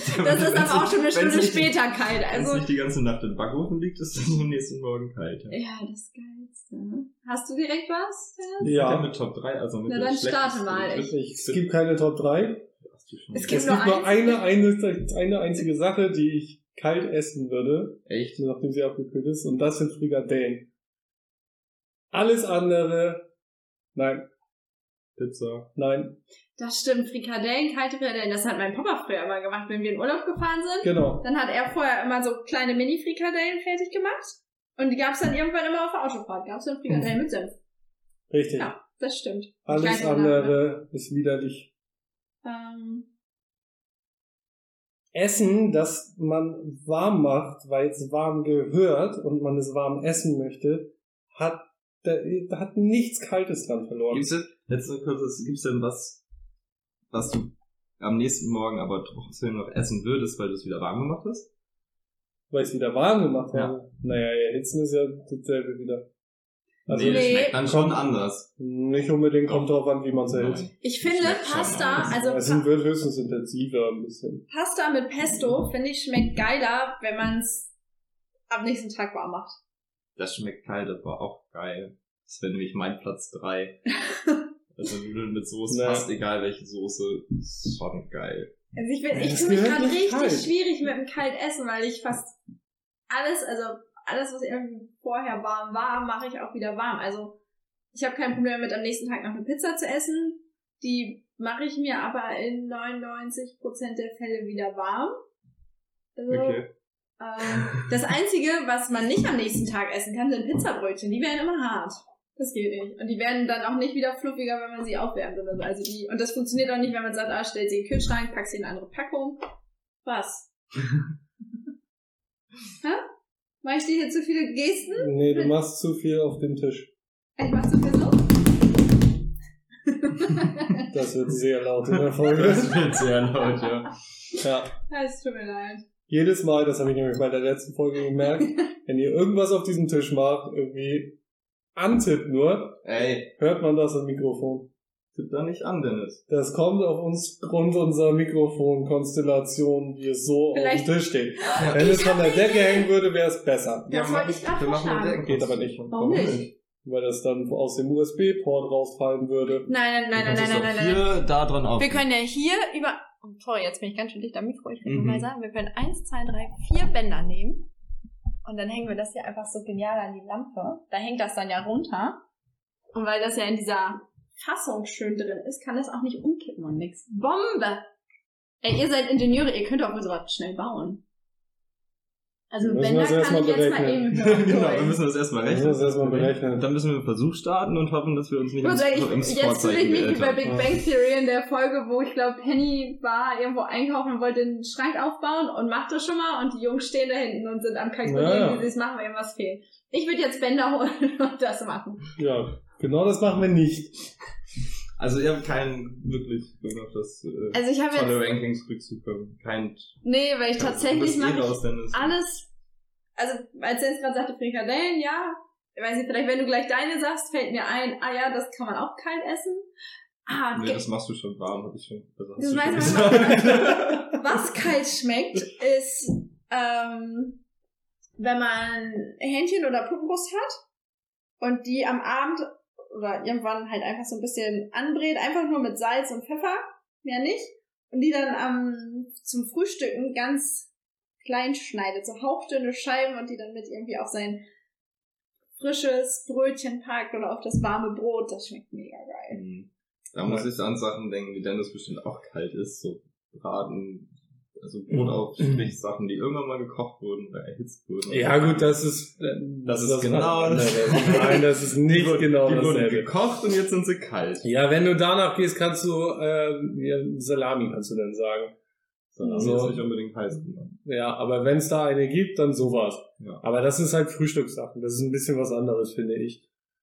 [SPEAKER 5] ist aber auch schon eine Stunde
[SPEAKER 3] nicht,
[SPEAKER 5] später kalt.
[SPEAKER 3] Wenn es
[SPEAKER 5] Also,
[SPEAKER 3] nicht die ganze Nacht im Backofen liegt, ist es am nächsten Morgen kalt. Ja.
[SPEAKER 5] ja, das Geilste. ne? Hast du direkt was?
[SPEAKER 3] Ich hab
[SPEAKER 4] Ja.
[SPEAKER 3] mit Top 3, also mit
[SPEAKER 5] Na,
[SPEAKER 3] der
[SPEAKER 5] dann starte
[SPEAKER 3] schlechtesten
[SPEAKER 5] mal.
[SPEAKER 3] Liste.
[SPEAKER 4] Ich, es gibt keine Top 3.
[SPEAKER 3] Ach du Scheiße.
[SPEAKER 5] Es gibt-
[SPEAKER 4] Es
[SPEAKER 5] nur
[SPEAKER 4] gibt nur
[SPEAKER 5] eins?
[SPEAKER 4] eine, eine, eine einzige Sache, die ich kalt essen würde,
[SPEAKER 3] Echt?
[SPEAKER 4] nachdem sie abgekühlt ist, und das sind Frikadellen. Alles andere, nein,
[SPEAKER 3] Pizza.
[SPEAKER 4] nein,
[SPEAKER 5] Das stimmt, Frikadellen, kalte Frikadellen. Das hat mein Papa früher immer gemacht, wenn wir in Urlaub gefahren sind.
[SPEAKER 4] genau.
[SPEAKER 5] Dann hat er vorher immer so kleine Mini-Frikadellen fertig gemacht. Und die gab's dann irgendwann immer auf der Autofahrt. Gab's dann Frikadellen mit Senf.
[SPEAKER 4] Richtig.
[SPEAKER 5] Ja. Das stimmt.
[SPEAKER 4] Alles
[SPEAKER 5] Kleine
[SPEAKER 4] andere ist widerlich.
[SPEAKER 5] Ähm,
[SPEAKER 4] Essen, das man warm macht, weil es warm gehört und man es warm essen möchte, hat, da, da hat nichts Kaltes dran verloren.
[SPEAKER 3] Gibt's denn, letzte kurzes, gibt's denn was, was du am nächsten Morgen aber trotzdem noch essen würdest, weil du es wieder warm gemacht hast?
[SPEAKER 4] Weil ich es wieder warm gemacht
[SPEAKER 3] Ja.
[SPEAKER 4] habe. Naja, erhitzen ist ja dasselbe wieder. Also
[SPEAKER 3] nee, das
[SPEAKER 5] Nee.
[SPEAKER 3] schmeckt dann schon anders.
[SPEAKER 4] nicht unbedingt, kommt drauf an, wie man es erhitzt.
[SPEAKER 3] Nein.
[SPEAKER 5] ich finde
[SPEAKER 3] Schmeckt schon
[SPEAKER 5] Pasta,
[SPEAKER 3] anders.
[SPEAKER 5] also
[SPEAKER 4] es wird höchstens intensiver ein bisschen.
[SPEAKER 5] Pasta mit Pesto, finde ich, schmeckt geiler, wenn man's am nächsten Tag warm macht.
[SPEAKER 3] Das schmeckt kalt, das war auch geil. Das wäre nämlich mein Platz 3. also Nudeln mit Soße,
[SPEAKER 4] Nee.
[SPEAKER 3] fast egal welche Soße, ist schon geil.
[SPEAKER 5] Also ich bin, ich
[SPEAKER 4] Das
[SPEAKER 5] tue mich
[SPEAKER 4] gehört
[SPEAKER 5] gerade
[SPEAKER 4] nicht
[SPEAKER 5] richtig
[SPEAKER 4] kalt.
[SPEAKER 5] schwierig mit dem Kaltessen, weil ich fast alles, also alles, was irgendwie vorher warm war, mache ich auch wieder warm. Also ich habe kein Problem damit, am nächsten Tag noch eine Pizza zu essen. Die mache ich mir aber in 99% der Fälle wieder warm. Also,
[SPEAKER 3] Okay.
[SPEAKER 5] ähm, das Einzige, was man nicht am nächsten Tag essen kann, sind Pizzabrötchen. Die werden immer hart. Das geht nicht. Und die werden dann auch nicht wieder fluffiger, wenn man sie aufwärmt oder so. Also die, und das funktioniert auch nicht, wenn man sagt, ah, stell sie in den Kühlschrank, pack sie in eine andere Packung. Was? Hä? Mach ich dir hier zu viele Gesten?
[SPEAKER 4] Nee, du machst zu viel auf den Tisch.
[SPEAKER 5] Ich mach zu viel so?
[SPEAKER 4] Das wird sehr laut in der Folge.
[SPEAKER 3] Das wird sehr laut, ja.
[SPEAKER 4] ja.
[SPEAKER 5] Ja, Es tut mir leid.
[SPEAKER 4] Jedes Mal, das habe ich nämlich bei der letzten Folge gemerkt, wenn ihr irgendwas auf diesem Tisch macht, irgendwie antippt nur,
[SPEAKER 3] Ey,
[SPEAKER 4] hört man das am Mikrofon.
[SPEAKER 3] tipp da nicht an, Dennis.
[SPEAKER 4] Das kommt auf uns Grund unserer Mikrofonkonstellation, wie es so auf
[SPEAKER 5] Vielleicht-
[SPEAKER 4] dem Tisch steht.
[SPEAKER 3] Ja.
[SPEAKER 4] Wenn es
[SPEAKER 5] Ich
[SPEAKER 4] von
[SPEAKER 5] hab
[SPEAKER 4] der
[SPEAKER 5] eine
[SPEAKER 4] Decke
[SPEAKER 5] Idee.
[SPEAKER 4] hängen würde, wäre es besser.
[SPEAKER 5] Das wollte ich gerade
[SPEAKER 3] wir machen eine
[SPEAKER 5] vorschlagen.
[SPEAKER 4] Geht aber nicht.
[SPEAKER 5] Warum nicht?
[SPEAKER 4] Weil das dann aus dem USB-Port raustreiben würde.
[SPEAKER 5] Nein, nein, nein,
[SPEAKER 3] Du kannst
[SPEAKER 5] nein,
[SPEAKER 3] es
[SPEAKER 5] nein,
[SPEAKER 3] auch
[SPEAKER 5] nein, nein.
[SPEAKER 3] Hier, da dran auf.
[SPEAKER 5] Wir können ja hier über. Oh, toll, jetzt bin ich ganz schön dicht am Mikro. Ich will
[SPEAKER 3] Mhm.
[SPEAKER 5] mal sagen, wir können eins, zwei, drei, vier Bänder nehmen. Und dann hängen wir das hier einfach so genial an die Lampe. Da hängt das dann ja runter. Und weil das ja in dieser Fassung schön drin ist, kann das auch nicht umkippen und nix. Bombe! Ey, ihr seid Ingenieure, ihr könnt auch wohl sowas schnell bauen. Also
[SPEAKER 4] Müssen
[SPEAKER 5] Bänder
[SPEAKER 4] wir das
[SPEAKER 5] kann ich
[SPEAKER 4] erstmal
[SPEAKER 5] jetzt mal
[SPEAKER 4] berechnen.
[SPEAKER 5] eben
[SPEAKER 3] genau, wir müssen das erstmal
[SPEAKER 4] Wir
[SPEAKER 3] rechnen.
[SPEAKER 4] müssen das erstmal berechnen.
[SPEAKER 3] Dann müssen wir einen Versuch starten und hoffen, dass wir uns nicht
[SPEAKER 5] Gut,
[SPEAKER 3] ins, ins
[SPEAKER 5] ich, jetzt fühle
[SPEAKER 3] Vorzeichen
[SPEAKER 5] ich mich wie
[SPEAKER 3] geirrt
[SPEAKER 5] bei
[SPEAKER 3] haben.
[SPEAKER 5] Big
[SPEAKER 4] Ja.
[SPEAKER 5] Bang Theory in der Folge, wo ich glaube, Penny war irgendwo einkaufen und wollte den Schrank aufbauen und macht das schon mal und die Jungs stehen da hinten und sind am Kalkulieren,
[SPEAKER 4] Ja, ja.
[SPEAKER 5] wie sie es machen, wenn was fehlt. Ich würde jetzt Bänder holen und das machen.
[SPEAKER 4] Ja, genau das machen wir nicht.
[SPEAKER 3] Also ihr habt keinen wirklich Bock auf das äh,
[SPEAKER 5] Also ich habe
[SPEAKER 3] tolle
[SPEAKER 5] jetzt,
[SPEAKER 3] Rankings rückzukommen. Kein
[SPEAKER 5] nee, weil ich tatsächlich
[SPEAKER 3] mache
[SPEAKER 5] mache ich
[SPEAKER 3] eh raus, Dennis.
[SPEAKER 5] alles, also als Jens gerade sagte, Frikadellen, ja, ich weiß nicht, vielleicht wenn du gleich deine sagst, fällt mir ein, ah ja, das kann man auch kalt essen. Ah,
[SPEAKER 3] Nee,
[SPEAKER 5] ge-
[SPEAKER 3] das machst du schon warm, hab ich schon. Also hast
[SPEAKER 5] Das
[SPEAKER 3] du schon
[SPEAKER 5] weiß man
[SPEAKER 3] gesagt.
[SPEAKER 5] Was kalt schmeckt, ist, ähm, wenn man Hähnchen oder Puppenbrust hat und die am Abend oder irgendwann halt einfach so ein bisschen anbrät, einfach nur mit Salz und Pfeffer, mehr nicht. Und die dann am, zum Frühstücken ganz klein schneidet, so hauchdünne Scheiben und die dann mit irgendwie auf sein frisches Brötchen packt oder auf das warme Brot. Das schmeckt mega geil.
[SPEAKER 3] Hm. da muss ich so an Sachen denken, die Dennis bestimmt auch kalt ist. So Braten, also
[SPEAKER 4] Mhm.
[SPEAKER 3] Brotaufstrich, Sachen, die irgendwann mal gekocht wurden oder erhitzt wurden.
[SPEAKER 4] Ja gut, das ist... äh,
[SPEAKER 3] Das ist genau
[SPEAKER 4] was anderes.
[SPEAKER 3] das.
[SPEAKER 4] Nein, das ist
[SPEAKER 3] Die
[SPEAKER 4] nicht
[SPEAKER 3] wurden-
[SPEAKER 4] genau
[SPEAKER 3] Die wurden
[SPEAKER 4] dasselbe.
[SPEAKER 3] gekocht und jetzt sind sie kalt.
[SPEAKER 4] Ja, wenn du danach gehst, kannst du ähm, ja, Salami kannst du dann sagen.
[SPEAKER 3] Sondern
[SPEAKER 4] So.
[SPEAKER 3] so. ist nicht unbedingt heiß gemacht.
[SPEAKER 4] Ja, aber wenn es da eine gibt, dann sowas.
[SPEAKER 3] Ja.
[SPEAKER 4] Aber das ist halt Frühstückssachen. Das ist ein bisschen was anderes, finde ich.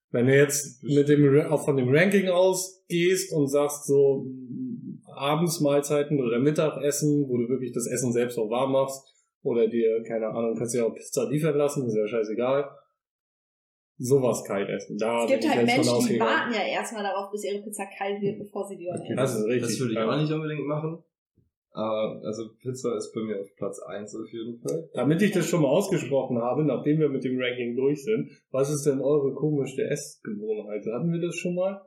[SPEAKER 4] Wenn du jetzt mit dem Ra- auch von dem Ranking ausgehst und sagst so mm, Abendsmahlzeiten oder Mittagessen, wo du wirklich das Essen selbst auch warm machst oder dir keine Ahnung, kannst dir auch Pizza liefern lassen, ist ja scheißegal. Sowas kalt essen. Da
[SPEAKER 5] Es gibt
[SPEAKER 4] bin ich
[SPEAKER 5] halt
[SPEAKER 4] jetzt Oh, von
[SPEAKER 5] Menschen, die
[SPEAKER 4] ausgegangen.
[SPEAKER 5] warten ja erstmal darauf, bis ihre Pizza kalt wird, bevor sie die dann
[SPEAKER 3] Okay,
[SPEAKER 4] Also
[SPEAKER 5] essen.
[SPEAKER 4] das ist richtig,
[SPEAKER 3] Das würde ich
[SPEAKER 4] ja.
[SPEAKER 3] auch nicht unbedingt machen. Aber, also Pizza ist bei mir auf Platz 1 auf jeden Fall.
[SPEAKER 4] Damit ich das schon mal ausgesprochen habe, nachdem wir mit dem Ranking durch sind, was ist denn eure komische Essgewohnheit? Hatten wir das schon mal?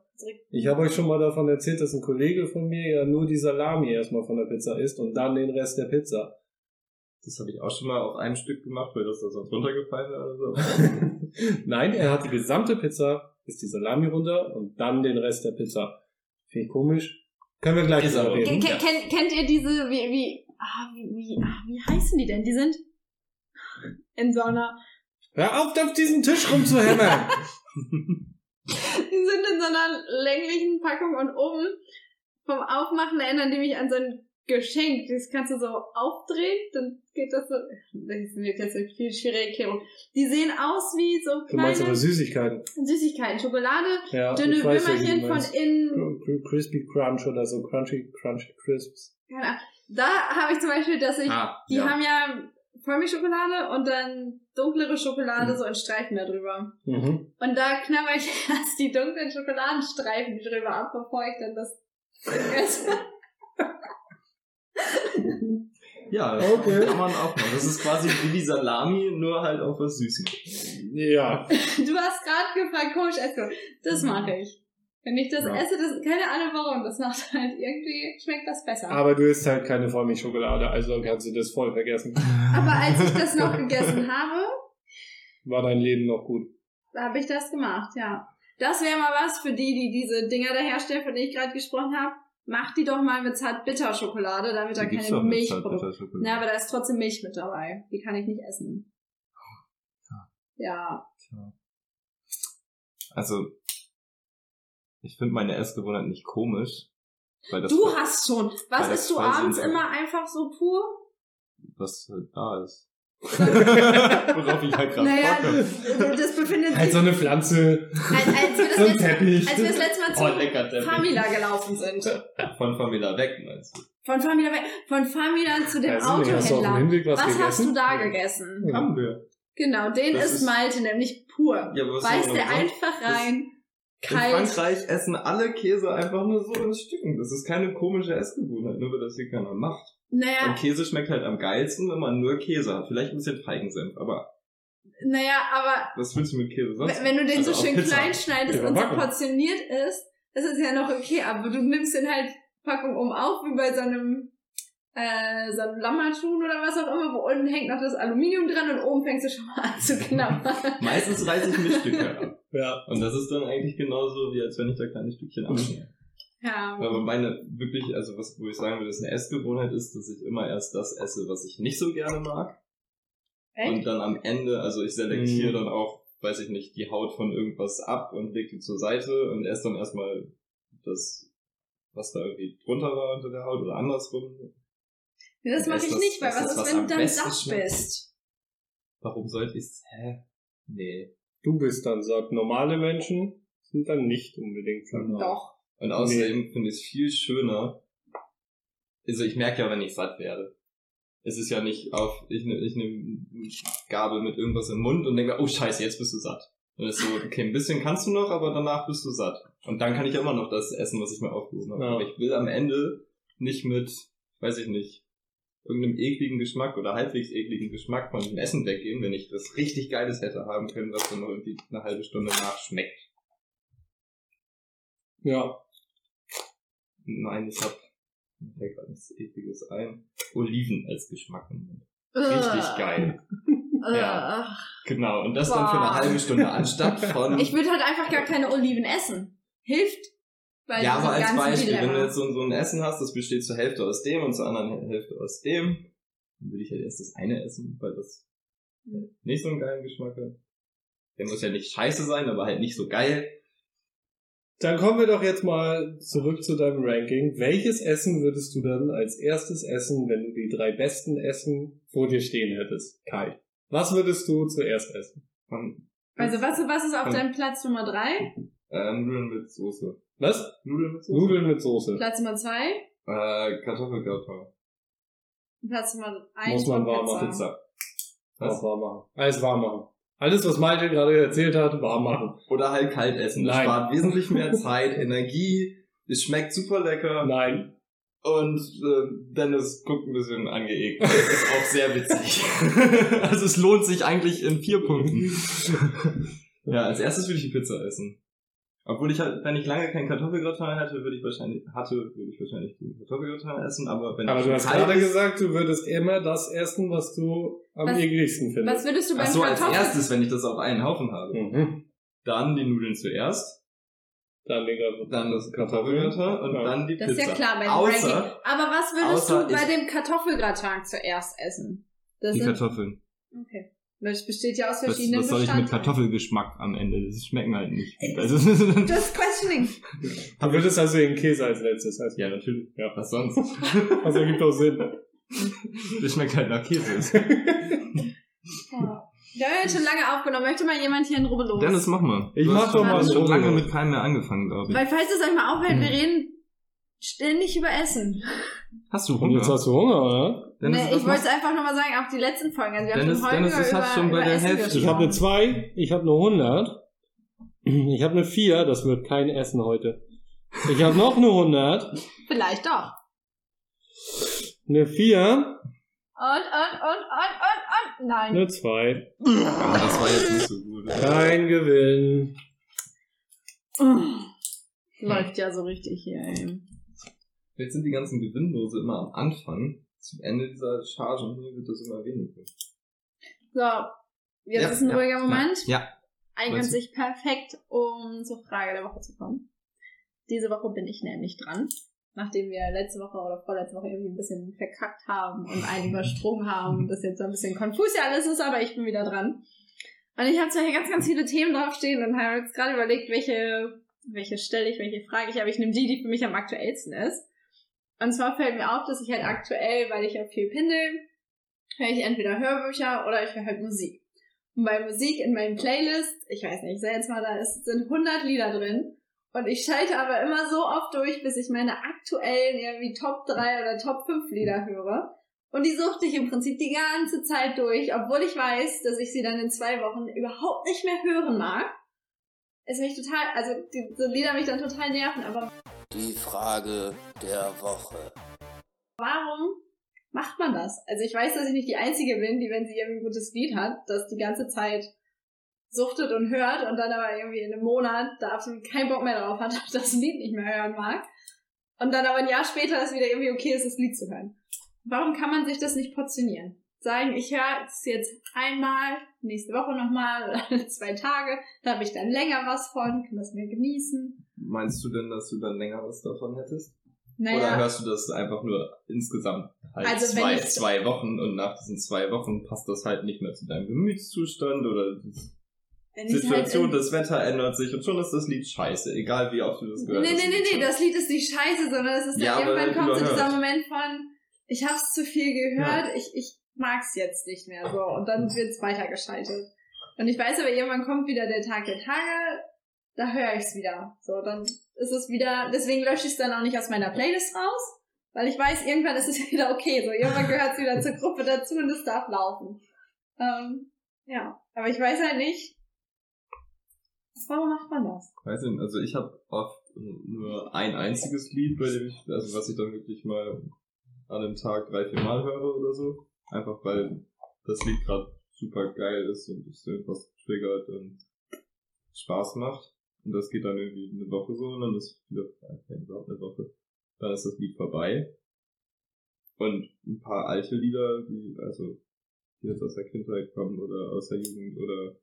[SPEAKER 4] Ich habe euch schon mal davon erzählt, dass ein Kollege von mir ja nur die Salami erstmal von der Pizza isst und dann den Rest der Pizza.
[SPEAKER 3] Das habe ich auch schon mal auf ein Stück gemacht, weil das da sonst runtergefallen wäre oder so.
[SPEAKER 4] Nein, er hat die gesamte Pizza, isst die Salami runter und dann den Rest der Pizza. Finde ich komisch. Können wir gleich
[SPEAKER 3] Ist
[SPEAKER 4] drüber
[SPEAKER 3] aber-
[SPEAKER 5] Ken,
[SPEAKER 4] reden.
[SPEAKER 5] ken, kennt- kennt ihr diese, wie, wie, ah, wie, wie, ah, wie heißen die denn? Die sind in so einer,
[SPEAKER 4] Hör auf, auf diesen Tisch rumzuhämmern!
[SPEAKER 5] die sind in so einer länglichen Packung und oben vom Aufmachen erinnern die mich an so ein Geschenk. Das kannst du so aufdrehen, dann geht das so, das wird jetzt eine viel schwierige Erklärung. Die sehen aus wie so
[SPEAKER 4] du meinst aber
[SPEAKER 5] kleine
[SPEAKER 4] Süßigkeiten.
[SPEAKER 5] Süßigkeiten, Schokolade,
[SPEAKER 4] Ja,
[SPEAKER 5] dünne
[SPEAKER 4] ich weiß, welche du
[SPEAKER 5] Würmerchen von
[SPEAKER 4] meinst.
[SPEAKER 5] innen,
[SPEAKER 4] Cr- Crispy Crunch oder so, Crunchy, Crunchy Crisps.
[SPEAKER 5] keine Ahnung. Da habe ich zum Beispiel, dass ich,
[SPEAKER 3] Ah,
[SPEAKER 5] die
[SPEAKER 3] ja.
[SPEAKER 5] haben ja Vollmilchschokolade und dann dunklere Schokolade
[SPEAKER 3] Mhm.
[SPEAKER 5] so in Streifen darüber.
[SPEAKER 4] Mhm.
[SPEAKER 5] Und da knabber ich erst die dunklen Schokoladenstreifen drüber ab, bevor ich dann das esse.
[SPEAKER 3] Ja, das
[SPEAKER 4] Okay.
[SPEAKER 3] kann man auch machen. Das ist quasi wie die Salami, nur halt auf was Süßes.
[SPEAKER 4] Ja.
[SPEAKER 5] Du hast gerade gefragt, Coach Esko. Das mache ich. Wenn ich das
[SPEAKER 3] Mhm. Ja.
[SPEAKER 5] esse, das keine Ahnung warum, das macht halt irgendwie, schmeckt das besser. Aber,
[SPEAKER 4] Aber du isst halt keine Vollmilchschokolade, also kannst du das voll vergessen.
[SPEAKER 5] als ich das noch gegessen habe,
[SPEAKER 4] War dein Leben noch gut.
[SPEAKER 5] habe ich das gemacht, ja. Das wäre mal was für die, die diese Dinger da herstellen, von denen ich gerade gesprochen habe. Macht die doch mal mit Zartbitterschokolade, damit da
[SPEAKER 3] Die gibt's
[SPEAKER 5] keine
[SPEAKER 3] doch mit
[SPEAKER 5] Milchprodukte
[SPEAKER 3] Zartbitterschokolade.
[SPEAKER 5] Na, aber da ist trotzdem Milch mit dabei. Die kann ich nicht essen. Ja.
[SPEAKER 3] Also, ich finde meine Essgewohnheit nicht komisch. Weil das,
[SPEAKER 5] Du hast schon. Was
[SPEAKER 3] Ja, das
[SPEAKER 5] isst du
[SPEAKER 3] weiß ich
[SPEAKER 5] abends
[SPEAKER 3] nicht.
[SPEAKER 5] immer einfach so pur?
[SPEAKER 3] Was halt da ist. Worauf ich halt gerade
[SPEAKER 5] Naja,
[SPEAKER 3] Bock hab.
[SPEAKER 5] das befindet sich.
[SPEAKER 4] Halt so eine Pflanze,
[SPEAKER 5] als, als, wir das
[SPEAKER 4] so ein
[SPEAKER 5] letzte,
[SPEAKER 4] Teppich.
[SPEAKER 5] als wir das letzte Mal
[SPEAKER 3] Oh,
[SPEAKER 5] zu
[SPEAKER 3] lecker, der
[SPEAKER 5] Famila gelaufen sind.
[SPEAKER 3] Von Famila weg, meinst du?
[SPEAKER 5] Von Famila, weg- von Famila zu dem
[SPEAKER 4] Weiß ich nicht, hast du auf dem
[SPEAKER 5] Autohändler.
[SPEAKER 4] Hinweg was,
[SPEAKER 5] Was
[SPEAKER 4] gegessen?
[SPEAKER 5] hast du da gegessen?
[SPEAKER 4] Ja.
[SPEAKER 3] wir.
[SPEAKER 5] Genau, den
[SPEAKER 3] Das
[SPEAKER 5] isst
[SPEAKER 3] ist-
[SPEAKER 5] Malte nämlich pur.
[SPEAKER 3] Ja, aber was
[SPEAKER 5] Beißt
[SPEAKER 3] soll man
[SPEAKER 5] er
[SPEAKER 3] sagen?
[SPEAKER 5] einfach
[SPEAKER 3] Das-
[SPEAKER 5] rein.
[SPEAKER 3] In
[SPEAKER 5] Kalt.
[SPEAKER 3] Frankreich essen alle Käse einfach nur so in Stücken. Das ist keine komische Essgewohnheit, nur weil das hier keiner macht.
[SPEAKER 5] Naja,
[SPEAKER 3] Und Käse schmeckt halt am geilsten, wenn man nur Käse hat. Vielleicht ein bisschen Feigensenf, aber
[SPEAKER 5] naja, aber
[SPEAKER 3] was willst du mit Käse sonst?
[SPEAKER 5] Wenn wenn du den
[SPEAKER 3] Also
[SPEAKER 5] so
[SPEAKER 3] auf
[SPEAKER 5] schön
[SPEAKER 3] Pizza.
[SPEAKER 5] klein schneidest und so
[SPEAKER 4] Überbacken.
[SPEAKER 5] portioniert ist, das ist ja noch okay, aber du nimmst den halt Packung um auf, wie bei so einem, äh, so einem Lammertun oder was auch immer, wo unten hängt noch das Aluminium dran und oben fängst du schon mal an zu knabbern.
[SPEAKER 3] Meistens reiß ich mir Stücke ab.
[SPEAKER 4] Ja.
[SPEAKER 3] Und das ist dann eigentlich genauso, wie als wenn ich da kleine Stückchen abschneide.
[SPEAKER 5] ja.
[SPEAKER 3] Aber meine wirklich, also was, wo ich sagen würde, dass eine Essgewohnheit ist, dass ich immer erst das esse, was ich nicht so gerne mag. Und
[SPEAKER 5] Echt?
[SPEAKER 3] dann am Ende, also ich selektiere
[SPEAKER 4] Mhm.
[SPEAKER 3] dann auch, weiß ich nicht, die Haut von irgendwas ab und leg die zur Seite und esse dann erstmal das, was da irgendwie drunter war unter der Haut oder andersrum.
[SPEAKER 5] Nee, das mache
[SPEAKER 3] Ist
[SPEAKER 5] ich
[SPEAKER 3] das-
[SPEAKER 5] nicht, weil
[SPEAKER 3] ist
[SPEAKER 5] was
[SPEAKER 3] das,
[SPEAKER 5] ist,
[SPEAKER 3] was
[SPEAKER 5] wenn
[SPEAKER 3] am
[SPEAKER 5] du dann
[SPEAKER 3] besten
[SPEAKER 5] satt
[SPEAKER 3] schmeckt?
[SPEAKER 5] bist?
[SPEAKER 3] Warum sollte ich's? Hä? Nee.
[SPEAKER 4] Du bist dann satt. Normale Menschen sind dann nicht unbedingt satt.
[SPEAKER 3] Genau.
[SPEAKER 5] Doch.
[SPEAKER 3] Und außerdem finde ich es viel schöner. Also ich merke ja, wenn ich satt werde. Es ist ja nicht auf, ich, ne- ich nehme eine Gabel mit irgendwas im Mund und denke, mir, oh scheiße, jetzt bist du satt. Und es ist so, okay, ein bisschen kannst du noch, aber danach bist du satt. Und dann kann ich ja immer noch das essen, was ich mir aufgehoben habe.
[SPEAKER 4] Ja.
[SPEAKER 3] Aber ich will am Ende nicht mit, weiß ich nicht, irgendeinem ekligen Geschmack oder halbwegs ekligen Geschmack von dem Essen weggehen, wenn ich was richtig Geiles hätte haben können, was dann noch irgendwie eine halbe Stunde nachschmeckt.
[SPEAKER 4] Ja.
[SPEAKER 3] Nein, ich hab mir fällt grad nichts Ekliges ein. Oliven als Geschmack im Mund. Richtig
[SPEAKER 5] Äh,
[SPEAKER 3] geil.
[SPEAKER 5] äh,
[SPEAKER 3] Ja. Genau, und das dann für
[SPEAKER 5] Boah.
[SPEAKER 3] eine halbe Stunde anstatt von.
[SPEAKER 5] Ich würde halt einfach gar keine Oliven essen. Hilft. Weil
[SPEAKER 3] ja,
[SPEAKER 5] die so
[SPEAKER 3] aber als
[SPEAKER 5] ganz
[SPEAKER 3] Beispiel,
[SPEAKER 5] widerlich
[SPEAKER 3] wenn du
[SPEAKER 5] machen.
[SPEAKER 3] jetzt so, so ein Essen hast, das besteht zur Hälfte aus dem und zur anderen Hälfte aus dem, dann würde ich halt erst das eine essen, weil das
[SPEAKER 5] Hm.
[SPEAKER 3] nicht so einen geilen Geschmack hat. Der muss ja nicht scheiße sein, aber halt nicht so geil.
[SPEAKER 4] Dann kommen wir doch jetzt mal zurück zu deinem Ranking. Welches Essen würdest du dann als erstes essen, wenn du die drei besten Essen vor dir stehen hättest? Kai. Was würdest du zuerst essen?
[SPEAKER 3] Von,
[SPEAKER 5] Also was, was ist auf
[SPEAKER 3] Ähm,
[SPEAKER 5] deinem Platz Nummer drei?
[SPEAKER 3] äh, Nudeln mit Soße.
[SPEAKER 4] Was?
[SPEAKER 3] Nudeln mit Soße?
[SPEAKER 4] Nudeln mit Soße.
[SPEAKER 5] Platz Nummer zwei?
[SPEAKER 3] Äh, Kartoffelgratin.
[SPEAKER 5] Platz Nummer eins
[SPEAKER 4] Muss man
[SPEAKER 5] von
[SPEAKER 4] warm machen.
[SPEAKER 3] Pizza.
[SPEAKER 4] Auch warm machen. Alles warm machen. Alles, was Malte gerade erzählt hat, warm machen.
[SPEAKER 3] Oder halt kalt essen. Das
[SPEAKER 4] Nein.
[SPEAKER 3] spart wesentlich mehr Zeit, Energie. Es schmeckt super lecker.
[SPEAKER 4] Nein.
[SPEAKER 3] Und äh, Dennis guckt ein bisschen angeekelt. Das ist auch sehr witzig. also es lohnt sich eigentlich in vier Punkten. ja, als erstes würde ich die Pizza essen. Obwohl ich halt, wenn ich lange keinen Kartoffelgratin hatte, würde ich wahrscheinlich, hatte, würde ich wahrscheinlich den Kartoffelgratin essen, aber wenn
[SPEAKER 4] Aber
[SPEAKER 3] ich
[SPEAKER 4] du hast
[SPEAKER 3] kalt
[SPEAKER 4] gerade
[SPEAKER 3] ist-
[SPEAKER 4] gesagt, du würdest immer das essen, was du am
[SPEAKER 5] Was-
[SPEAKER 4] ekligsten
[SPEAKER 5] Was
[SPEAKER 4] findest.
[SPEAKER 5] würdest du
[SPEAKER 3] Ach
[SPEAKER 5] beim
[SPEAKER 3] so, als
[SPEAKER 5] Kartoffeln?
[SPEAKER 3] erstes, wenn ich das auf einen Haufen habe.
[SPEAKER 4] Mhm.
[SPEAKER 3] Dann die Nudeln zuerst,
[SPEAKER 4] Dann den Kartoffeln.
[SPEAKER 3] dann das Kartoffelgratin und
[SPEAKER 4] Ja.
[SPEAKER 3] dann die
[SPEAKER 5] Das ist
[SPEAKER 3] Pizza.
[SPEAKER 5] ja klar bei dem Ranking.
[SPEAKER 3] Außer
[SPEAKER 5] Aber was würdest
[SPEAKER 3] Außer
[SPEAKER 5] du bei
[SPEAKER 3] ist-
[SPEAKER 5] dem Kartoffelgratin zuerst essen? Das
[SPEAKER 3] die
[SPEAKER 5] sind-
[SPEAKER 3] Kartoffeln.
[SPEAKER 5] Okay. Das besteht ja aus
[SPEAKER 3] Was,
[SPEAKER 5] verschiedenen
[SPEAKER 3] was soll ich mit
[SPEAKER 5] Bestandteilen.
[SPEAKER 3] Kartoffelgeschmack am Ende? Das schmecken halt nicht.
[SPEAKER 5] Ey,
[SPEAKER 3] Also,
[SPEAKER 5] Das Questioning.
[SPEAKER 4] Du würdest also den Käse als letztes essen.
[SPEAKER 3] ja, natürlich. Ja, was sonst?
[SPEAKER 4] Also ergibt doch Sinn.
[SPEAKER 3] Das schmeckt halt nach Käse.
[SPEAKER 5] Ja. Wir haben jetzt schon lange aufgenommen. Möchte mal jemand hier in Ruhe los?
[SPEAKER 3] Dennis, mach mal.
[SPEAKER 4] Ich
[SPEAKER 3] Du
[SPEAKER 4] mach
[SPEAKER 3] hast
[SPEAKER 4] doch
[SPEAKER 3] schon-
[SPEAKER 5] mal
[SPEAKER 3] du hast schon
[SPEAKER 4] so.
[SPEAKER 3] lange mit keinem mehr angefangen, glaube ich.
[SPEAKER 5] Weil falls es euch mal auffällt,
[SPEAKER 3] Hm.
[SPEAKER 5] wir reden ständig über Essen.
[SPEAKER 3] Hast du
[SPEAKER 4] Und
[SPEAKER 3] Hunger?
[SPEAKER 4] jetzt hast du Hunger, oder?
[SPEAKER 3] Dennis,
[SPEAKER 5] ne,
[SPEAKER 3] was
[SPEAKER 5] ich wollte es einfach nochmal sagen, auch die letzten Folgen. Also wir haben
[SPEAKER 3] Dennis-
[SPEAKER 5] schon häufiger
[SPEAKER 3] Dennis ist
[SPEAKER 5] über,
[SPEAKER 3] halt schon bei
[SPEAKER 5] über
[SPEAKER 3] der
[SPEAKER 5] Essen
[SPEAKER 3] Hälfte.
[SPEAKER 5] gesprochen.
[SPEAKER 4] Ich habe eine 2, ich habe eine 100, ich habe eine 4, das wird kein Essen heute. Ich habe noch eine 100,
[SPEAKER 5] Vielleicht doch.
[SPEAKER 4] eine 4,
[SPEAKER 5] Und, und, und, und, und, und. Nein.
[SPEAKER 4] eine 2.
[SPEAKER 3] machst- Aber Ah, das war jetzt nicht so gut.
[SPEAKER 4] Kein Gewinn.
[SPEAKER 5] Läuft ja so richtig hier, ey.
[SPEAKER 3] Jetzt sind die ganzen Gewinnlose immer am Anfang. Zum Ende dieser Chargen hier wird das immer weniger.
[SPEAKER 5] So. Jetzt
[SPEAKER 3] Ja,
[SPEAKER 5] ist ein
[SPEAKER 3] ja,
[SPEAKER 5] ruhiger Moment.
[SPEAKER 3] Ja,
[SPEAKER 5] eignet
[SPEAKER 3] Weißt du?
[SPEAKER 5] sich perfekt, um zur Frage der Woche zu kommen. Diese Woche bin ich nämlich dran. Nachdem wir letzte Woche oder vorletzte Woche irgendwie ein bisschen verkackt haben und einen übersprungen haben und das jetzt so ein bisschen konfus ja alles ist, aber ich bin wieder dran. Und ich habe zwar hier ganz, ganz viele Themen draufstehen und habe jetzt gerade überlegt, welche, welche stelle ich, welche frage ich, aber ich nehme die, die für mich am aktuellsten ist. Und zwar fällt mir auf, dass ich halt aktuell, weil ich ja viel pendel, höre ich entweder Hörbücher oder ich höre halt Musik. Und bei Musik in meinem Playlist, ich weiß nicht, sei jetzt mal, da ist, sind 100 Lieder drin. Und ich schalte aber immer so oft durch, bis ich meine aktuellen irgendwie Top 3 oder Top 5 Lieder höre. Und die suchte ich im Prinzip die ganze Zeit durch, obwohl ich weiß, dass ich sie dann in zwei Wochen überhaupt nicht mehr hören mag. Es mich total, also die, so Lieder mich dann total nerven, aber
[SPEAKER 6] Die Frage der Woche.
[SPEAKER 5] warum macht man das? Also ich weiß, dass ich nicht die Einzige bin, die, wenn sie irgendwie ein gutes Lied hat, das die ganze Zeit suchtet und hört und dann aber irgendwie in einem Monat da absolut keinen Bock mehr drauf hat und das Lied nicht mehr hören mag. Und dann aber ein Jahr später ist wieder irgendwie okay, ist das Lied zu hören. Warum kann man sich das nicht portionieren? Sagen, ich höre es jetzt einmal, nächste Woche nochmal oder alle zwei Tage, da habe ich dann länger was von, kann das mehr genießen.
[SPEAKER 3] Meinst du denn, dass du dann länger was davon hättest?
[SPEAKER 5] Naja.
[SPEAKER 3] Oder hörst du das einfach nur insgesamt halt
[SPEAKER 5] Also wenn
[SPEAKER 3] zwei,
[SPEAKER 5] ich-
[SPEAKER 3] zwei Wochen und nach diesen zwei Wochen passt das halt nicht mehr zu deinem Gemütszustand oder die
[SPEAKER 5] wenn ich halt
[SPEAKER 3] Situation,
[SPEAKER 5] in-
[SPEAKER 3] das Wetter ändert sich und schon ist das Lied scheiße, egal wie oft du das
[SPEAKER 5] Nee,
[SPEAKER 3] gehört
[SPEAKER 5] nee,
[SPEAKER 3] hast.
[SPEAKER 5] nee, nee, das Lied ist nicht scheiße, sondern es ist
[SPEAKER 3] Ja,
[SPEAKER 5] dann
[SPEAKER 3] aber
[SPEAKER 5] irgendwann kommt so
[SPEAKER 3] überhört.
[SPEAKER 5] dieser Moment von, ich hab's zu viel gehört, ich, ich mag's jetzt nicht mehr so. Und dann wird's weitergeschaltet. Und ich weiß aber, irgendwann kommt wieder der Tag der Tage, da höre ich's wieder. So, dann ist es wieder, deswegen lösche ich's dann auch nicht aus meiner Playlist raus, weil ich weiß, irgendwann ist es wieder okay. So, irgendwann gehört's wieder zur Gruppe dazu und es darf laufen. Ähm, ja, aber ich weiß halt nicht, warum macht man das?
[SPEAKER 3] Weiß nicht, also ich habe oft nur ein einziges Lied, bei dem ich, also was ich dann wirklich mal an einem Tag drei, vier Mal höre oder so. Einfach weil das Lied gerade super geil ist und es irgendwas triggert und Spaß macht. Und das geht dann irgendwie eine Woche so und dann ist wieder frei, wenn überhaupt eine Woche. Dann ist das Lied vorbei. Und ein paar alte Lieder, die, also, die jetzt aus der Kindheit kommen oder aus der Jugend oder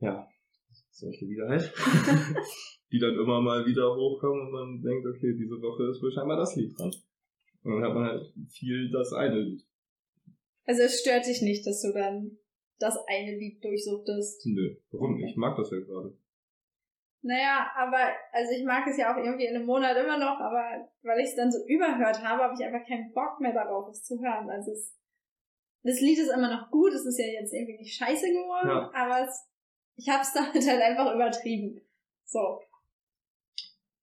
[SPEAKER 3] ja, solche Lieder halt. die dann immer mal wieder hochkommen und man denkt, okay, diese Woche ist wohl scheinbar das Lied dran. Und dann hat man halt viel das eine Lied.
[SPEAKER 5] Also es stört dich nicht, dass du dann das eine Lied durchsuchtest.
[SPEAKER 3] Nö, warum? Ich mag das ja gerade.
[SPEAKER 5] Naja, aber, also ich mag es ja auch irgendwie in einem Monat immer noch, aber weil ich es dann so überhört habe, habe ich einfach keinen Bock mehr darauf, es zu hören. Also es, das Lied ist immer noch gut, es ist ja jetzt irgendwie nicht scheiße geworden,
[SPEAKER 3] Ja.
[SPEAKER 5] aber es, ich habe es damit halt einfach übertrieben. So.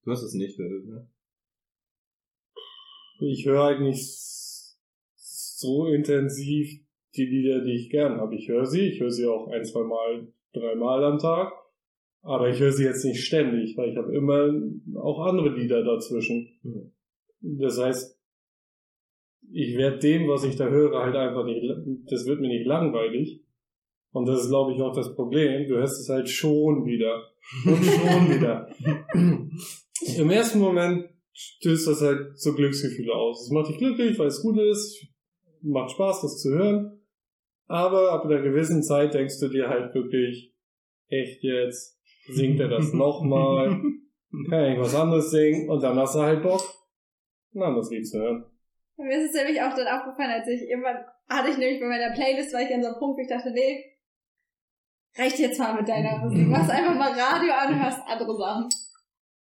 [SPEAKER 3] Du hast es nicht, Dennis, ne?
[SPEAKER 4] Ich höre halt nicht s- so intensiv die Lieder, die ich gern habe. Ich höre sie, ich höre sie auch ein, zwei Mal, dreimal am Tag. Aber ich höre sie jetzt nicht ständig, weil ich habe immer auch andere Lieder dazwischen. Das heißt, ich werde dem, was ich da höre, halt einfach nicht, das wird mir nicht langweilig. Und das ist, glaube ich, auch das Problem. Du hörst es halt schon wieder. Und schon wieder. Im ersten Moment stößt das halt so Glücksgefühle aus. Es macht dich glücklich, weil es gut ist. Macht Spaß, das zu hören. Aber ab einer gewissen Zeit denkst du dir halt wirklich, echt jetzt, singt er das nochmal? Kann er irgendwas anderes singen? Und dann hast du halt Bock, ein anderes Lied zu hören.
[SPEAKER 5] Und mir ist es nämlich auch dann aufgefallen, als ich irgendwann, hatte ich nämlich bei meiner Playlist, war ich an so einem Punkt, wo ich dachte, nee, reicht jetzt mal mit deiner Musik. Machst einfach mal Radio an und hörst andere Sachen.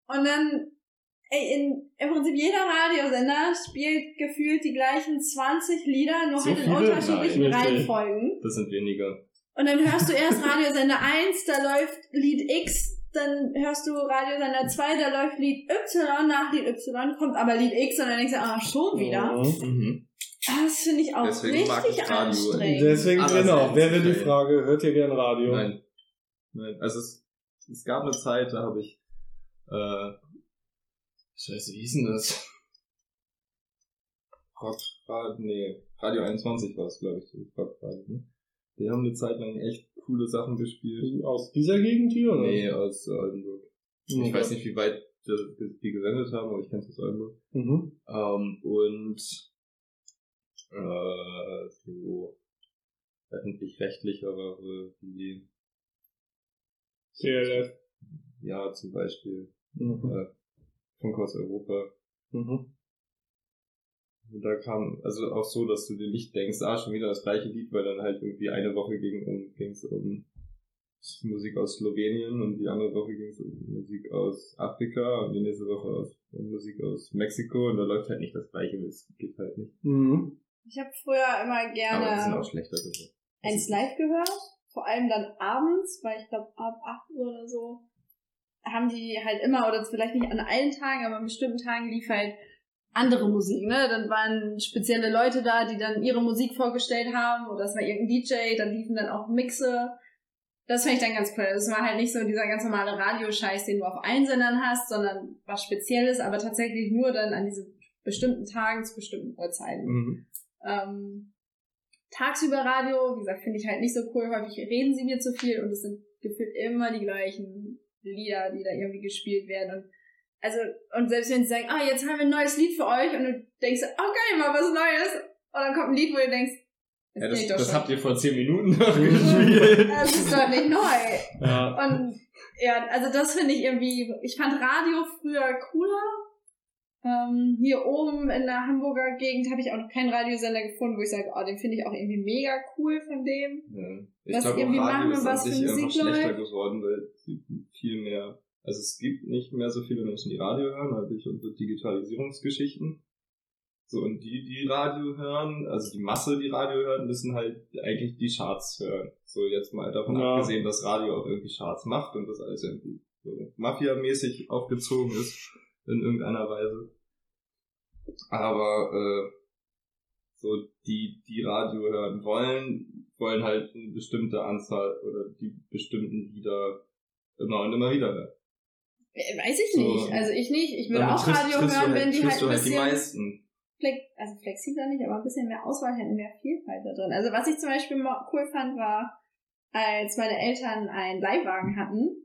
[SPEAKER 5] Und dann, ey, in, im Prinzip jeder Radiosender spielt gefühlt die gleichen 20 Lieder, nur
[SPEAKER 3] So
[SPEAKER 5] halt in
[SPEAKER 3] viele?
[SPEAKER 5] unterschiedlichen
[SPEAKER 4] Nein, richtig.
[SPEAKER 5] Reihenfolgen.
[SPEAKER 3] Das sind weniger.
[SPEAKER 5] Und dann hörst du erst Radiosender 1, da läuft Lied X, dann hörst du Radiosender 2, da läuft Lied Y, nach Lied Y kommt aber Lied X und dann denkst du, ah, schon wieder.
[SPEAKER 4] Mhm.
[SPEAKER 3] Mhm.
[SPEAKER 5] Ah, Das finde ich auch
[SPEAKER 3] Deswegen mag ich
[SPEAKER 5] richtig
[SPEAKER 3] Radio.
[SPEAKER 5] anstrengend.
[SPEAKER 4] Deswegen,
[SPEAKER 3] Aber
[SPEAKER 4] genau,
[SPEAKER 3] selbst-
[SPEAKER 4] wer will die Frage, hört ihr gern Radio?
[SPEAKER 3] Nein. Nein. Also es, es gab eine Zeit, da habe ich äh, Scheiße, wie hieß denn das? Rock, Rad, nee, Radio 21 war es, glaube ich, die Rockradio, ne? Die haben eine Zeit lang echt coole Sachen gespielt.
[SPEAKER 4] Aus dieser Gegend hier, oder?
[SPEAKER 3] Nee, aus äh, Oldenburg. Ich weiß nicht, wie weit die, die gesendet haben, aber ich kenne es aus Oldenburg.
[SPEAKER 4] Mhm.
[SPEAKER 3] Ähm, und äh, so öffentlich-rechtlichere wie
[SPEAKER 4] CLF.
[SPEAKER 3] ja zum Beispiel
[SPEAKER 4] Mhm.
[SPEAKER 3] Funk aus äh, Europa.
[SPEAKER 4] Mhm.
[SPEAKER 3] Und da kam, also auch so, dass du dir nicht denkst, ah, schon wieder das gleiche Lied, weil dann halt irgendwie eine Woche ging um ging's um Musik aus Slowenien und die andere Woche ging's um Musik aus Afrika und die nächste Woche aus, um Musik aus Mexiko und da läuft halt nicht das gleiche, es geht halt nicht.
[SPEAKER 4] Mhm.
[SPEAKER 5] Ich habe früher immer
[SPEAKER 3] Aber das sind
[SPEAKER 5] gerne
[SPEAKER 3] auch schlechter geworden.
[SPEAKER 5] eins live gehört, vor allem dann abends, weil ich glaube ab 8 Uhr oder so haben die halt immer, oder vielleicht nicht an allen Tagen, aber an bestimmten Tagen lief halt andere Musik, ne? Dann waren spezielle Leute da, die dann ihre Musik vorgestellt haben, oder es war irgendein DJ, dann liefen dann auch Mixe. Das fand ich dann ganz cool. Das war halt nicht so dieser ganz normale Radioscheiß, den du auf allen Sendern hast, sondern was Spezielles, aber tatsächlich nur dann an diesen bestimmten Tagen zu bestimmten Uhrzeiten.
[SPEAKER 3] Mhm.
[SPEAKER 5] Ähm, tagsüber Radio, wie gesagt, finde ich halt nicht so cool. Häufig reden sie mir zu viel und es sind gefühlt immer die gleichen Lieder, die da irgendwie gespielt werden. Und also, und selbst wenn sie sagen, ah, jetzt haben wir ein neues Lied für euch und du denkst, oh geil, mal was Neues. Und dann kommt ein Lied, wo du denkst, das,
[SPEAKER 3] Ja, das
[SPEAKER 5] geht doch
[SPEAKER 3] das
[SPEAKER 5] schon.
[SPEAKER 3] habt ihr vor 10 Minuten noch
[SPEAKER 4] Mhm.
[SPEAKER 3] gespielt.
[SPEAKER 5] Das ist doch nicht neu.
[SPEAKER 4] Ja.
[SPEAKER 5] Und ja, also das finde ich irgendwie, ich fand Radio früher cooler. Ähm, hier oben in der Hamburger Gegend habe ich auch noch keinen Radiosender gefunden, wo ich sage, oh, den finde ich auch irgendwie mega cool von dem.
[SPEAKER 3] Ja.
[SPEAKER 5] Was
[SPEAKER 3] Ich glaube,
[SPEAKER 5] irgendwie
[SPEAKER 3] auch
[SPEAKER 5] machen
[SPEAKER 3] Radio
[SPEAKER 5] und
[SPEAKER 3] ist an
[SPEAKER 5] was
[SPEAKER 3] sich
[SPEAKER 5] für
[SPEAKER 3] einfach
[SPEAKER 5] Musik
[SPEAKER 3] schlechter
[SPEAKER 5] läuft.
[SPEAKER 3] geworden, weil sie viel mehr, also es gibt nicht mehr so viele Menschen, die Radio hören, halt durch unsere Digitalisierungsgeschichten. So, und die, die Radio hören, also die Masse, die Radio hören, müssen halt eigentlich die Charts hören. So, jetzt mal davon
[SPEAKER 4] Ja.
[SPEAKER 3] abgesehen, dass Radio auch irgendwie Charts macht und das alles irgendwie so Mafia-mäßig aufgezogen ist in irgendeiner Weise. Aber, äh, so die, die Radio hören wollen, wollen halt eine bestimmte Anzahl oder die bestimmten Lieder immer und immer wieder hören.
[SPEAKER 5] Äh, Weiß ich
[SPEAKER 3] So.
[SPEAKER 5] nicht. Also ich nicht. Ich würde
[SPEAKER 3] Damit
[SPEAKER 5] auch
[SPEAKER 3] triffst-
[SPEAKER 5] Radio
[SPEAKER 3] triffst du
[SPEAKER 5] hören, wenn die halt
[SPEAKER 3] triffst
[SPEAKER 5] ein
[SPEAKER 3] du halt die
[SPEAKER 5] bisschen
[SPEAKER 3] meisten.
[SPEAKER 5] flex also flexibler nicht, aber ein bisschen mehr Auswahl hätten, mehr Vielfalt da drin. Also was ich zum Beispiel mal cool fand, war, als meine Eltern einen Leihwagen hatten,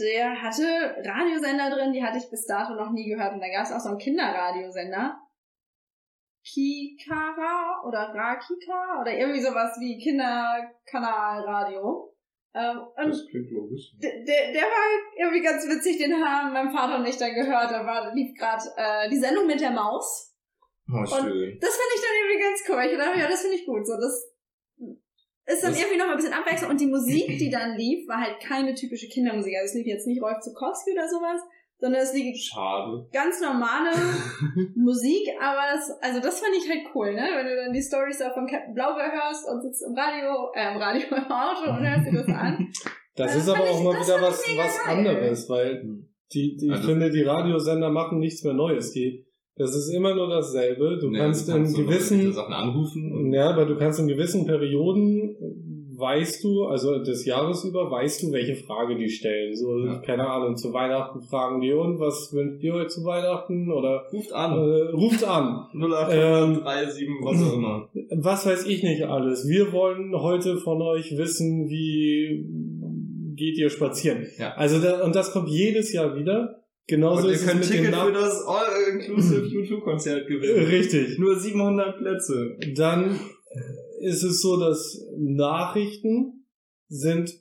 [SPEAKER 5] der hatte Radiosender drin, die hatte ich bis dato noch nie gehört. Und dann gab es auch so einen Kinderradiosender. Kikara oder Rakika oder irgendwie sowas wie Kinderkanalradio. Ähm, und
[SPEAKER 3] Das klingt logisch.
[SPEAKER 5] der, der der war irgendwie ganz witzig, den haben mein Vater und ich dann gehört. Da war, lief gerade äh, die Sendung mit der Maus.
[SPEAKER 3] Oh, schön.
[SPEAKER 5] Das finde ich dann irgendwie ganz cool. Ich dachte, ja, das finde ich gut. So, das ist dann
[SPEAKER 3] Das-
[SPEAKER 5] irgendwie noch mal ein bisschen Abwechslung. Und die Musik, die dann lief, war halt keine typische Kindermusik. Also es lief jetzt nicht Rolf Zukowski oder sowas, sondern es lief
[SPEAKER 3] Schade.
[SPEAKER 5] ganz normale Musik. Aber das, also das fand ich halt cool, ne? Wenn du dann die Stories auch von Captain Blaubeer hörst und sitzt im Radio, äh, im Radio im Auto und hörst dir das an.
[SPEAKER 4] Das
[SPEAKER 5] Also
[SPEAKER 4] ist
[SPEAKER 5] das
[SPEAKER 4] aber
[SPEAKER 5] fand
[SPEAKER 4] auch
[SPEAKER 5] ich-
[SPEAKER 4] mal
[SPEAKER 5] das
[SPEAKER 4] wieder
[SPEAKER 5] fand ich
[SPEAKER 4] was,
[SPEAKER 5] mega
[SPEAKER 4] was
[SPEAKER 5] geil.
[SPEAKER 4] anderes, weil die, die, ich
[SPEAKER 3] Also-
[SPEAKER 4] finde, die Radiosender machen nichts mehr Neues. Die, das ist immer nur dasselbe. Du
[SPEAKER 3] Nee,
[SPEAKER 4] kannst,
[SPEAKER 3] du kannst
[SPEAKER 4] in
[SPEAKER 3] so noch
[SPEAKER 4] gewissen,
[SPEAKER 3] Sachen anrufen und
[SPEAKER 4] ja, aber du kannst in gewissen Perioden äh, weißt du, also des Jahres über, weißt du, welche Frage die stellen. So,
[SPEAKER 3] Ja.
[SPEAKER 4] keine Ahnung, zu Weihnachten fragen die und was wünscht ihr euch zu Weihnachten oder
[SPEAKER 3] Ruft
[SPEAKER 4] äh, ähm,
[SPEAKER 3] an.
[SPEAKER 4] ruft an.
[SPEAKER 3] 08337, was auch
[SPEAKER 4] also
[SPEAKER 3] immer.
[SPEAKER 4] Was weiß ich nicht alles. Wir wollen heute von euch wissen, wie geht ihr spazieren.
[SPEAKER 3] Ja.
[SPEAKER 4] Also da, und das kommt jedes Jahr wieder. Genauso
[SPEAKER 3] Und ihr
[SPEAKER 4] ist
[SPEAKER 3] könnt ein
[SPEAKER 4] es mit dem
[SPEAKER 3] Ticket für
[SPEAKER 4] Namen.
[SPEAKER 3] das All-Inclusive U2-Konzert gewinnen.
[SPEAKER 4] Richtig.
[SPEAKER 3] Nur 700 Plätze.
[SPEAKER 4] Dann ist es so, dass Nachrichten sind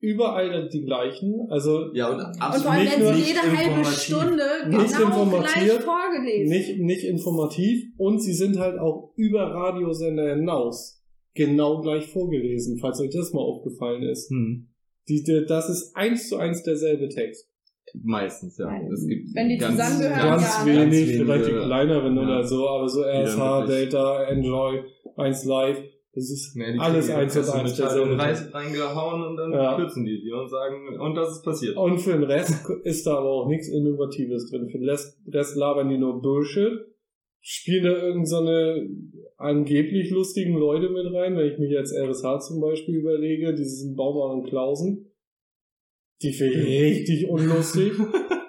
[SPEAKER 4] überall die gleichen. Also
[SPEAKER 3] Ja, und
[SPEAKER 5] Und
[SPEAKER 3] absolut
[SPEAKER 5] vor allem
[SPEAKER 4] nicht
[SPEAKER 5] werden
[SPEAKER 4] nur
[SPEAKER 5] sie jede halbe
[SPEAKER 3] informativ.
[SPEAKER 5] Stunde
[SPEAKER 4] Nicht
[SPEAKER 5] genau
[SPEAKER 4] informatiert,
[SPEAKER 5] gleich vorgelesen.
[SPEAKER 4] nicht, nicht informativ und sie sind halt auch über Radiosender hinaus genau gleich vorgelesen, falls euch das mal aufgefallen ist.
[SPEAKER 3] Hm.
[SPEAKER 4] Die, die, das ist eins zu eins derselbe Text.
[SPEAKER 3] Meistens, ja.
[SPEAKER 5] Nein.
[SPEAKER 3] Es gibt
[SPEAKER 5] Wenn die
[SPEAKER 3] ganz,
[SPEAKER 5] zusammengehören,
[SPEAKER 3] halt
[SPEAKER 5] Ja, ja.
[SPEAKER 4] ganz wenig,
[SPEAKER 3] wenige,
[SPEAKER 4] vielleicht die kleineren
[SPEAKER 3] ja.
[SPEAKER 4] oder so, aber so
[SPEAKER 3] dann
[SPEAKER 4] RSH,
[SPEAKER 3] wirklich-
[SPEAKER 4] Data, Enjoy, 1 Live, das ist
[SPEAKER 3] Nee, die
[SPEAKER 4] alles
[SPEAKER 3] kriegen
[SPEAKER 4] eins
[SPEAKER 3] die
[SPEAKER 4] und eins
[SPEAKER 3] Kasse mit Teil und
[SPEAKER 4] derselbe
[SPEAKER 3] Reis
[SPEAKER 4] Text.
[SPEAKER 3] reingehauen und dann
[SPEAKER 4] Ja. Oh.
[SPEAKER 3] kürzen die die und sagen, und das ist passiert.
[SPEAKER 4] Und für den Rest ist da aber auch nichts Innovatives drin. Für den Rest, Rest labern die nur Bullshit, spielen da irgend so eine angeblich lustigen Leute mit rein, wenn ich mich jetzt RSH zum Beispiel überlege, diesen Baumann und Klausen, die finde ich richtig unlustig.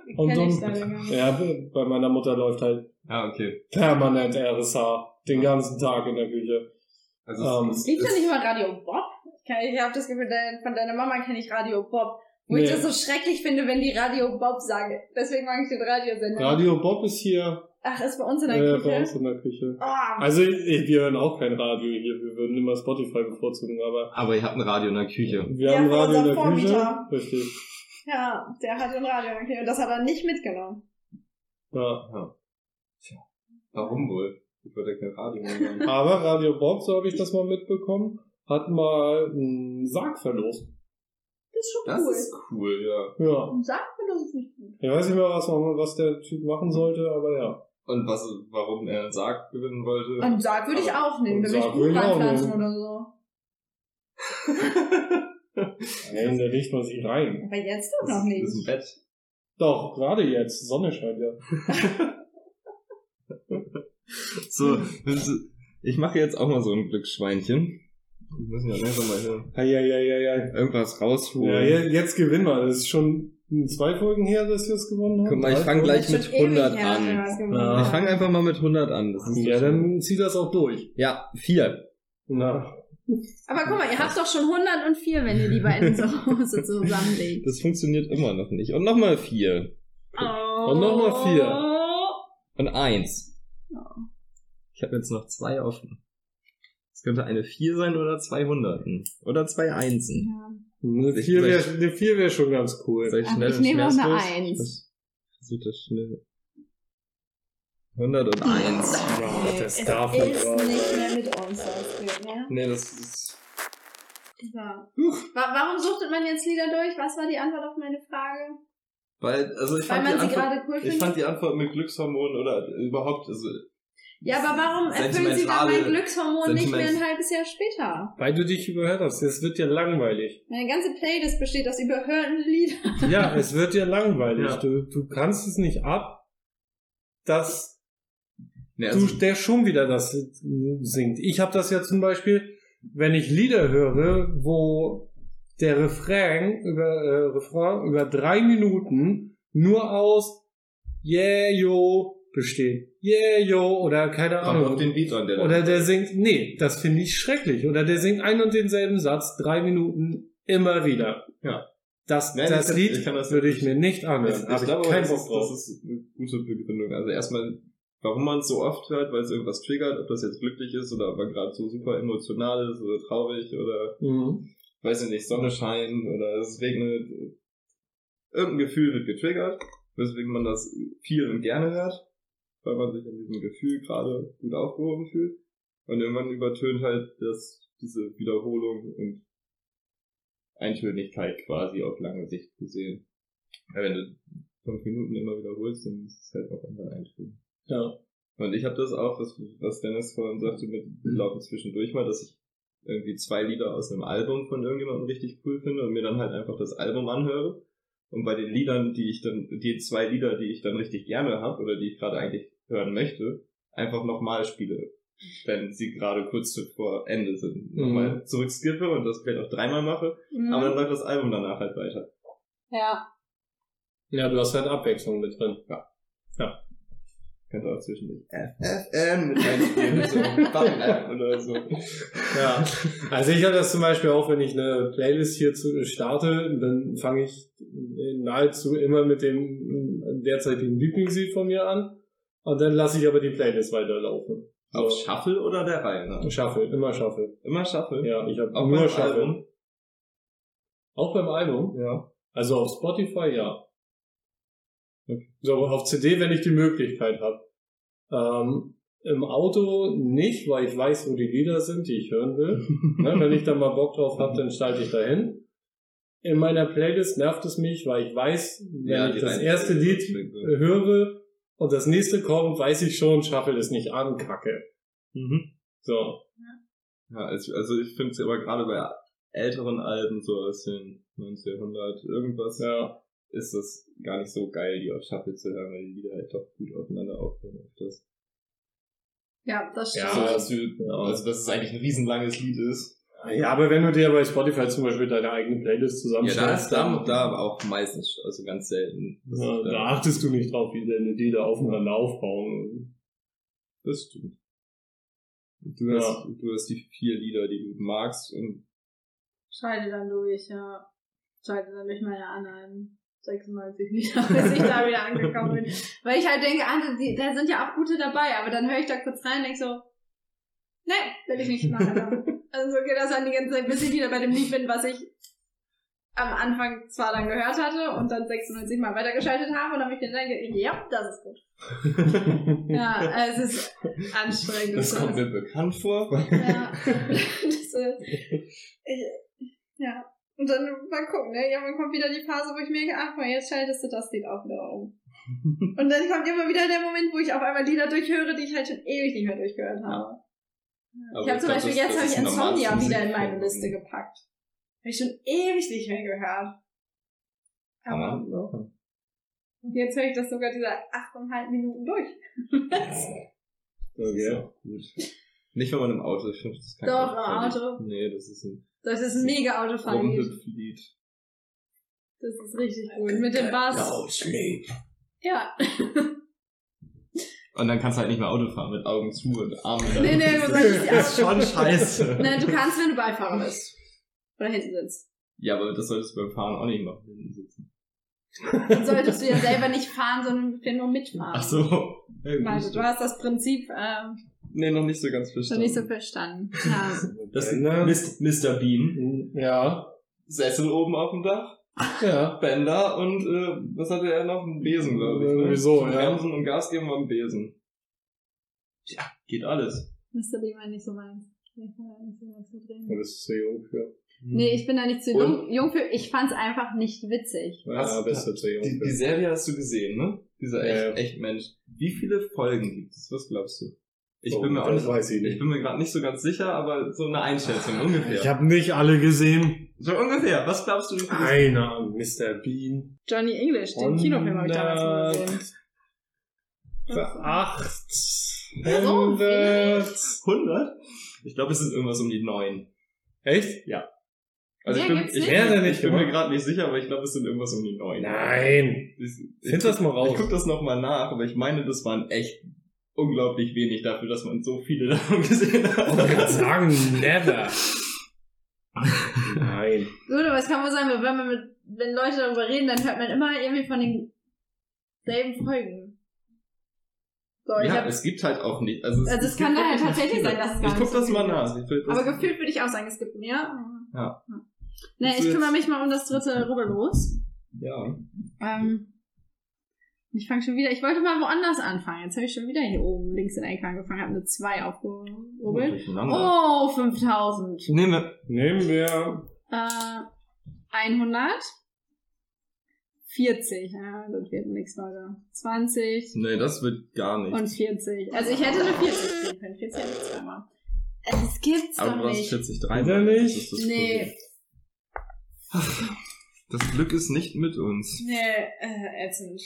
[SPEAKER 5] Die
[SPEAKER 4] Und
[SPEAKER 5] kenn
[SPEAKER 4] so
[SPEAKER 5] ich
[SPEAKER 4] ein-
[SPEAKER 5] leider gar nicht.
[SPEAKER 4] ja, bei meiner Mutter läuft halt
[SPEAKER 3] Ja, okay.
[SPEAKER 4] permanent RSH, den ganzen Tag in der Küche.
[SPEAKER 3] Also
[SPEAKER 4] Ähm,
[SPEAKER 3] es,
[SPEAKER 5] Liegt da
[SPEAKER 3] es,
[SPEAKER 5] nicht mal Radio Bob? Ich, kann- ich habe das Gefühl, dein- von deiner Mama kenne ich Radio Bob. Wo
[SPEAKER 4] Nee.
[SPEAKER 5] ich das so schrecklich finde, wenn die Radio Bob sagen. Deswegen mag ich den Radiosender.
[SPEAKER 4] Radio Bob ist hier
[SPEAKER 5] Ach, ist bei uns in der
[SPEAKER 4] äh, bei uns
[SPEAKER 5] Küche.
[SPEAKER 4] in der Küche.
[SPEAKER 5] Oh,
[SPEAKER 4] Also ich, wir hören auch kein Radio hier, wir würden immer Spotify bevorzugen, aber
[SPEAKER 3] aber ihr habt ein Radio in der Küche.
[SPEAKER 4] Wir
[SPEAKER 5] Ja,
[SPEAKER 4] haben
[SPEAKER 5] von
[SPEAKER 4] Radio in der
[SPEAKER 5] unserem
[SPEAKER 4] Küche.
[SPEAKER 5] Vormieter.
[SPEAKER 4] Richtig.
[SPEAKER 5] ja, der hat den Radio. Okay, und das hat er nicht mitgenommen.
[SPEAKER 4] Ja.
[SPEAKER 3] Warum wohl? Ich würde kein Radio hören.
[SPEAKER 4] Aber Radio Bob, so habe ich das mal mitbekommen, hat mal einen Sarg verlost.
[SPEAKER 5] Das ist schon
[SPEAKER 3] Das
[SPEAKER 5] cool.
[SPEAKER 3] ist cool, ja.
[SPEAKER 4] Ja.
[SPEAKER 5] Sagt mir das nicht gut.
[SPEAKER 4] Ich weiß nicht mehr, was, man- was der Typ machen sollte, aber ja.
[SPEAKER 3] Und was, warum er einen Sarg gewinnen wollte.
[SPEAKER 5] Und Sarg würde ich auch nehmen,
[SPEAKER 4] Und
[SPEAKER 5] da würde ich
[SPEAKER 4] Sarg würde
[SPEAKER 5] Kuchen
[SPEAKER 4] ich auch
[SPEAKER 5] reinpflanzen
[SPEAKER 4] nehmen.
[SPEAKER 5] oder so.
[SPEAKER 4] Nein, da legt man sich rein.
[SPEAKER 5] Aber jetzt doch
[SPEAKER 3] Das
[SPEAKER 5] noch
[SPEAKER 3] ist- Das ist ein
[SPEAKER 5] nicht.
[SPEAKER 3] Bett.
[SPEAKER 4] Doch, gerade jetzt. Sonne scheint ja.
[SPEAKER 3] So,
[SPEAKER 5] Mhm.
[SPEAKER 3] das ist- ich mache jetzt auch mal so ein Glücksschweinchen. Wir müssen ja langsam mal hier
[SPEAKER 4] Eieieiei.
[SPEAKER 3] irgendwas
[SPEAKER 4] Ja,
[SPEAKER 3] rausholen.
[SPEAKER 4] je- jetzt gewinnen wir. Das ist schon zwei Folgen her, dass wir es gewonnen haben.
[SPEAKER 3] Guck mal, ich
[SPEAKER 4] Drei
[SPEAKER 3] fange
[SPEAKER 4] Folgen?
[SPEAKER 3] gleich
[SPEAKER 5] Schon
[SPEAKER 3] mit
[SPEAKER 5] ewig
[SPEAKER 3] 100
[SPEAKER 5] her, dass wir was
[SPEAKER 3] an.
[SPEAKER 5] gewonnen
[SPEAKER 4] Ja.
[SPEAKER 5] haben.
[SPEAKER 3] Ich fange einfach mal mit 100 an. Das ist
[SPEAKER 4] Ah. Ja,
[SPEAKER 3] so schön.
[SPEAKER 4] dann zieh das auch durch.
[SPEAKER 3] ja, vier.
[SPEAKER 4] Na.
[SPEAKER 5] Aber guck mal, ihr habt doch schon 104, wenn ihr die beiden zu Hause zusammenlegt.
[SPEAKER 3] Das funktioniert immer noch nicht. Und nochmal vier.
[SPEAKER 5] Oh.
[SPEAKER 4] Und noch mal vier.
[SPEAKER 3] Und eins. Ich habe jetzt noch zwei offen. Es könnte eine vier sein oder zwei Hunderten. Oder zwei Einsen.
[SPEAKER 5] Ja.
[SPEAKER 4] Eine
[SPEAKER 3] Ich-
[SPEAKER 4] 4 wäre eine vier wär schon ganz cool.
[SPEAKER 3] Soll ich
[SPEAKER 5] Ach,
[SPEAKER 3] schnell
[SPEAKER 5] ich
[SPEAKER 3] und
[SPEAKER 5] nehme auch eine
[SPEAKER 3] schmerzlos?
[SPEAKER 5] Eins.
[SPEAKER 3] Ich versuch das schnell. 101.
[SPEAKER 4] Ja, das
[SPEAKER 5] es
[SPEAKER 4] darf nicht
[SPEAKER 5] ist
[SPEAKER 4] wahr
[SPEAKER 5] nicht
[SPEAKER 4] sein.
[SPEAKER 5] mehr mit uns ausgeht, ne?
[SPEAKER 3] Nee, das ist.
[SPEAKER 5] So. Wa warum suchtet man jetzt Lieder durch? Was war die Antwort auf meine Frage?
[SPEAKER 3] Weil, also ich
[SPEAKER 5] Weil
[SPEAKER 3] fand,
[SPEAKER 5] man
[SPEAKER 3] die
[SPEAKER 5] sie
[SPEAKER 3] Antwort,
[SPEAKER 5] gerade cool
[SPEAKER 3] ich
[SPEAKER 5] findet?
[SPEAKER 3] fand die Antwort mit Glückshormonen oder überhaupt. Also,
[SPEAKER 5] ja, aber warum erfüllen sie dann mein
[SPEAKER 3] sentimentale-
[SPEAKER 5] Glückshormon nicht mehr
[SPEAKER 3] sentimental-
[SPEAKER 5] ein halbes Jahr später?
[SPEAKER 4] Weil du dich überhört hast. Es wird dir langweilig.
[SPEAKER 5] Meine ganze Playlist besteht aus überhörten Liedern.
[SPEAKER 4] Ja, es wird dir langweilig.
[SPEAKER 3] Ja.
[SPEAKER 4] Du, du kannst es nicht ab, dass
[SPEAKER 3] Nee,
[SPEAKER 4] du,
[SPEAKER 3] also,
[SPEAKER 4] der schon wieder das singt. Ich habe das ja zum Beispiel, wenn ich Lieder höre, wo der Refrain über, äh, Refrain über drei Minuten nur aus Yeah, yo besteht. Yeah, yo oder keine
[SPEAKER 3] kommt
[SPEAKER 4] Ahnung.
[SPEAKER 3] auf den Beat an, der
[SPEAKER 4] Oder der singt, nee, das finde ich schrecklich. Oder der singt einen und denselben Satz drei Minuten immer wieder.
[SPEAKER 3] Ja.
[SPEAKER 4] Das,
[SPEAKER 3] Nein, ich
[SPEAKER 4] das
[SPEAKER 3] kann-
[SPEAKER 4] Lied
[SPEAKER 3] ich kann das
[SPEAKER 4] würde
[SPEAKER 3] nicht.
[SPEAKER 4] ich mir nicht
[SPEAKER 3] Also Ich,
[SPEAKER 4] anhören.
[SPEAKER 3] ich,
[SPEAKER 4] Habe
[SPEAKER 3] glaube,
[SPEAKER 4] ich keinen
[SPEAKER 3] das,
[SPEAKER 4] Bock
[SPEAKER 3] ist,
[SPEAKER 4] drauf.
[SPEAKER 3] das ist eine gute Begründung. Also erstmal, warum man es so oft hört, weil es irgendwas triggert, ob das jetzt glücklich ist oder ob man gerade so super emotional ist oder traurig oder
[SPEAKER 4] Mhm.
[SPEAKER 3] weiß ich nicht, Sonne scheint oder es regnet. Irgendein Gefühl wird getriggert, weswegen man das viel und gerne hört, weil man sich in diesem Gefühl gerade gut aufgehoben fühlt. Und irgendwann übertönt halt das, diese Wiederholung und Eintönigkeit quasi auf lange Sicht gesehen. Ja, wenn du fünf Minuten immer wiederholst, dann ist es halt auch irgendwann eintönig.
[SPEAKER 4] Ja.
[SPEAKER 3] Und ich habe das auch, was, was Dennis vorhin sagte, mit Laufen zwischendurch mal, dass ich irgendwie zwei Lieder aus einem Album von irgendjemandem richtig cool finde und mir dann halt einfach das Album anhöre. Und bei den Liedern, die ich dann, die zwei Lieder, die ich dann richtig gerne habe oder die ich gerade eigentlich hören möchte, einfach nochmal spiele. wenn sie gerade kurz vor Ende sind, nochmal zurückskippe und das vielleicht auch dreimal mache.
[SPEAKER 5] Mhm.
[SPEAKER 3] Aber dann läuft das Album danach halt weiter.
[SPEAKER 5] ja.
[SPEAKER 4] Ja, du hast halt Abwechslung mit drin.
[SPEAKER 3] Kannst auch zwischendurch FFN mit einspielen, mit so Bang oder so.
[SPEAKER 4] Ja. Also ich habe das zum Beispiel auch, wenn ich eine Playlist hier zu, starte, dann fange ich nahezu immer mit dem derzeitigen Lieblingslied von mir an. Und dann lasse ich aber die Playlist weiterlaufen.
[SPEAKER 3] Auf Shuffle oder der Reihe? nach?
[SPEAKER 4] Shuffle, immer Shuffle.
[SPEAKER 3] Immer Shuffle?
[SPEAKER 4] Ja, ich habe
[SPEAKER 3] Auch
[SPEAKER 4] nur
[SPEAKER 3] beim
[SPEAKER 4] Shuffle.
[SPEAKER 3] Album?
[SPEAKER 4] Auch beim Album?
[SPEAKER 3] Ja.
[SPEAKER 4] Also auf Spotify ja. So, aber auf CD, wenn ich die Möglichkeit habe. Ähm, Im Auto nicht, weil ich weiß, wo die Lieder sind, die ich hören will. ne, wenn ich da mal Bock drauf habe, dann schalte ich da hin. In meiner Playlist nervt es mich, weil ich weiß, wenn
[SPEAKER 3] Ja, die
[SPEAKER 4] ich das
[SPEAKER 3] Reihenfolge
[SPEAKER 4] erste
[SPEAKER 3] ist
[SPEAKER 4] Lied äh,
[SPEAKER 3] schwierig, ja.
[SPEAKER 4] höre und das nächste kommt, weiß ich schon, schaffel es nicht an, kacke.
[SPEAKER 3] Mhm.
[SPEAKER 4] So.
[SPEAKER 3] Ja, es- also ich finde es aber gerade bei älteren Alben, so aus den 1900 irgendwas,
[SPEAKER 4] Ja.
[SPEAKER 3] ist das gar nicht so geil, die auf Shuffle zu hören, weil die Lieder halt doch gut aufeinander aufhören. Auf das.
[SPEAKER 5] Ja, das stimmt.
[SPEAKER 4] Ja,
[SPEAKER 3] so,
[SPEAKER 4] das-
[SPEAKER 3] dass du, Also dass es eigentlich ein riesenlanges Lied ist.
[SPEAKER 4] ja, aber wenn du dir bei Spotify zum Beispiel deine eigene Playlist
[SPEAKER 3] Ja, da,
[SPEAKER 4] zusammenstellst,
[SPEAKER 3] da,
[SPEAKER 4] dann-
[SPEAKER 3] da aber auch meistens, also ganz selten. Das,
[SPEAKER 4] Ja,
[SPEAKER 3] ist, äh,
[SPEAKER 4] da achtest du nicht drauf, wie deine Lieder aufeinander aufbauen.
[SPEAKER 3] das stimmt. Du,
[SPEAKER 4] Ja.
[SPEAKER 3] hast, du hast die vier Lieder, die du magst und
[SPEAKER 5] Scheide dann durch, ja. Scheide dann durch meine anderen 96 Lieder, bis ich da wieder angekommen bin. Weil ich halt denke, ah, die, da sind ja auch gute dabei, aber dann höre ich da kurz rein und denke so, ne, will ich nicht machen. also so geht das dann die ganze Zeit, bis ich wieder bei dem Lied bin, was ich am Anfang zwar dann gehört hatte und dann 96 Mal weitergeschaltet habe und dann mich dann denke, ja, das ist gut. Ja, es ist anstrengend.
[SPEAKER 3] das
[SPEAKER 5] So,
[SPEAKER 3] kommt mir bekannt vor.
[SPEAKER 5] ja. das, äh, ich, ja. Und dann mal gucken, ne? Irgendwann kommt wieder die Phase, wo ich merke, ach mal, jetzt schaltest du das Lied auch wieder um. Und dann kommt immer wieder der Moment, wo ich auf einmal Lieder durchhöre, die ich halt schon ewig nicht mehr durchgehört habe.
[SPEAKER 3] Aber
[SPEAKER 5] ich habe zum
[SPEAKER 3] Also glaub,
[SPEAKER 5] Beispiel,
[SPEAKER 3] das-
[SPEAKER 5] jetzt
[SPEAKER 3] das
[SPEAKER 5] habe
[SPEAKER 3] ist
[SPEAKER 5] ich
[SPEAKER 3] ein normales
[SPEAKER 5] Insomnia wieder in
[SPEAKER 3] Musikform.
[SPEAKER 5] meine Liste gepackt. Habe ich schon ewig nicht mehr gehört.
[SPEAKER 3] Kann
[SPEAKER 5] Aber
[SPEAKER 3] man auch.
[SPEAKER 5] jetzt höre ich das sogar diese 8,5 Minuten durch.
[SPEAKER 3] Das ist auch gut. Nicht, wenn man im Auto ist. Das ist kein
[SPEAKER 5] Doch,
[SPEAKER 3] Autofahrlied.
[SPEAKER 5] im Auto.
[SPEAKER 3] Nee, das ist ein
[SPEAKER 5] Das ist ein mega Autofahrlied.
[SPEAKER 3] Rumhüpflied.
[SPEAKER 5] Das ist richtig gut. Mit dem Bass.
[SPEAKER 6] Auslebt.
[SPEAKER 5] Ja,
[SPEAKER 3] Und dann kannst du halt nicht mehr Auto fahren mit Augen zu und Armen.
[SPEAKER 5] Nee, nee, du
[SPEAKER 3] das
[SPEAKER 5] solltest
[SPEAKER 3] ist,
[SPEAKER 5] die
[SPEAKER 3] das ist schon scheiße.
[SPEAKER 5] Nein, Ne, du kannst, wenn du Beifahrer bist. Oder hinten sitzt.
[SPEAKER 3] Ja, aber das solltest du beim Fahren auch nicht machen. hinten sitzen.
[SPEAKER 5] Dann solltest du ja selber nicht fahren, sondern mit dir nur mitfahren.
[SPEAKER 3] Ach so.
[SPEAKER 5] Also, du hast das Prinzip ähm,
[SPEAKER 3] Nee, noch nicht so ganz
[SPEAKER 5] schon
[SPEAKER 3] verstanden.
[SPEAKER 5] nicht so verstanden. Ja.
[SPEAKER 3] das ist Mist, Mr. Bean.
[SPEAKER 4] Ja,
[SPEAKER 3] Sessel oben auf dem Dach,
[SPEAKER 4] ja.
[SPEAKER 3] Bänder und äh, was hatte er noch? Ein Besen, glaube ich. Ne?
[SPEAKER 4] Irgendwie so, ja.
[SPEAKER 3] Bremsen und Gas geben am Besen. Ja, geht alles.
[SPEAKER 5] Mr. Beamer nicht so meins. Ich kann da nicht so ganz gut reden.
[SPEAKER 4] Das ist zu jung für.
[SPEAKER 5] Nee, ich bin da nicht zu
[SPEAKER 3] Und?
[SPEAKER 5] jung, jung für. Ich fand's einfach nicht
[SPEAKER 3] Hm.
[SPEAKER 5] witzig.
[SPEAKER 4] Ja, bist du zu jung
[SPEAKER 3] Die, die
[SPEAKER 4] für.
[SPEAKER 3] Serie hast du gesehen, ne? Dieser
[SPEAKER 4] Ja,
[SPEAKER 3] echt, echt Mensch. Wie viele Folgen gibt es? Was glaubst du? Ich
[SPEAKER 4] Oh,
[SPEAKER 3] bin mir auch
[SPEAKER 4] das
[SPEAKER 3] nicht,
[SPEAKER 4] weiß ich nicht. Ah,
[SPEAKER 3] ich bin mir gerade nicht so ganz sicher, aber so eine Einschätzung ungefähr.
[SPEAKER 4] Ich habe nicht alle gesehen.
[SPEAKER 3] so ungefähr. Was glaubst du? wie viele-
[SPEAKER 4] Einer, Mr. Bean.
[SPEAKER 5] Johnny English, den Kinofilm habe ich damals mal gesehen. Das war-
[SPEAKER 4] Acht.
[SPEAKER 5] So viel.
[SPEAKER 3] 100? Ich glaube, es sind irgendwas um die neun.
[SPEAKER 4] Echt?
[SPEAKER 3] ich
[SPEAKER 5] Mehr
[SPEAKER 3] bin,
[SPEAKER 5] gibt's
[SPEAKER 3] also ich,
[SPEAKER 5] nicht?
[SPEAKER 4] Mehr denn
[SPEAKER 3] ich
[SPEAKER 4] nicht
[SPEAKER 3] bin mir
[SPEAKER 4] gemacht?
[SPEAKER 3] gerade nicht sicher, aber ich glaube, es sind irgendwas um die neun.
[SPEAKER 4] Nein.
[SPEAKER 3] Ich, ich,
[SPEAKER 4] Find das mal
[SPEAKER 3] ich
[SPEAKER 4] raus.
[SPEAKER 3] guck das nochmal nach, aber ich meine, das waren echt unglaublich wenig dafür, dass man so viele davon gesehen
[SPEAKER 4] Ich kann
[SPEAKER 3] hat.
[SPEAKER 4] sagen, never. Nein.
[SPEAKER 5] Gut, aber es kann wohl sein, wenn man mit, wenn Leute darüber reden, dann hört man immer irgendwie von den selben Folgen. So, ich
[SPEAKER 3] ja,
[SPEAKER 5] hab,
[SPEAKER 3] es gibt halt auch nicht. Also,
[SPEAKER 5] Also es kann
[SPEAKER 3] gibt
[SPEAKER 5] da halt
[SPEAKER 3] wirklich
[SPEAKER 5] tatsächlich
[SPEAKER 3] viele.
[SPEAKER 5] sein, dass es gar
[SPEAKER 3] Ich
[SPEAKER 5] nicht
[SPEAKER 3] guck
[SPEAKER 5] so
[SPEAKER 3] das mal
[SPEAKER 5] viele
[SPEAKER 3] nach. Ich will das-
[SPEAKER 5] aber gefühlt würde ich auch sagen, es gibt mehr.
[SPEAKER 3] Ja.
[SPEAKER 5] Ne,
[SPEAKER 3] Willst du
[SPEAKER 5] ich
[SPEAKER 3] jetzt-
[SPEAKER 5] kümmere mich mal um das dritte Rubbellos.
[SPEAKER 3] ja.
[SPEAKER 5] Ähm, ich fange schon wieder, ich wollte mal woanders anfangen. Jetzt habe ich schon wieder hier oben links in den Ecke angefangen, habe eine 2 aufgerubbelt.
[SPEAKER 3] Durcheinander.
[SPEAKER 5] Oh, 5000.
[SPEAKER 3] Ich nehme.
[SPEAKER 4] Nehmen wir.
[SPEAKER 5] Äh, 100. 40, ja, das wird nichts weiter. 20
[SPEAKER 3] Nee, das wird gar nicht.
[SPEAKER 5] und 40. Also ich hätte eine 40 kriegen können. 40 habe ich zweimal. Es gibt's
[SPEAKER 3] aber du
[SPEAKER 5] doch
[SPEAKER 3] warst
[SPEAKER 5] nicht.
[SPEAKER 3] 40, 3.
[SPEAKER 4] Wieder nicht?
[SPEAKER 3] Das, ist das,
[SPEAKER 5] Nee,
[SPEAKER 3] Problem. das Glück ist nicht mit uns.
[SPEAKER 5] nee, äh, ätzend.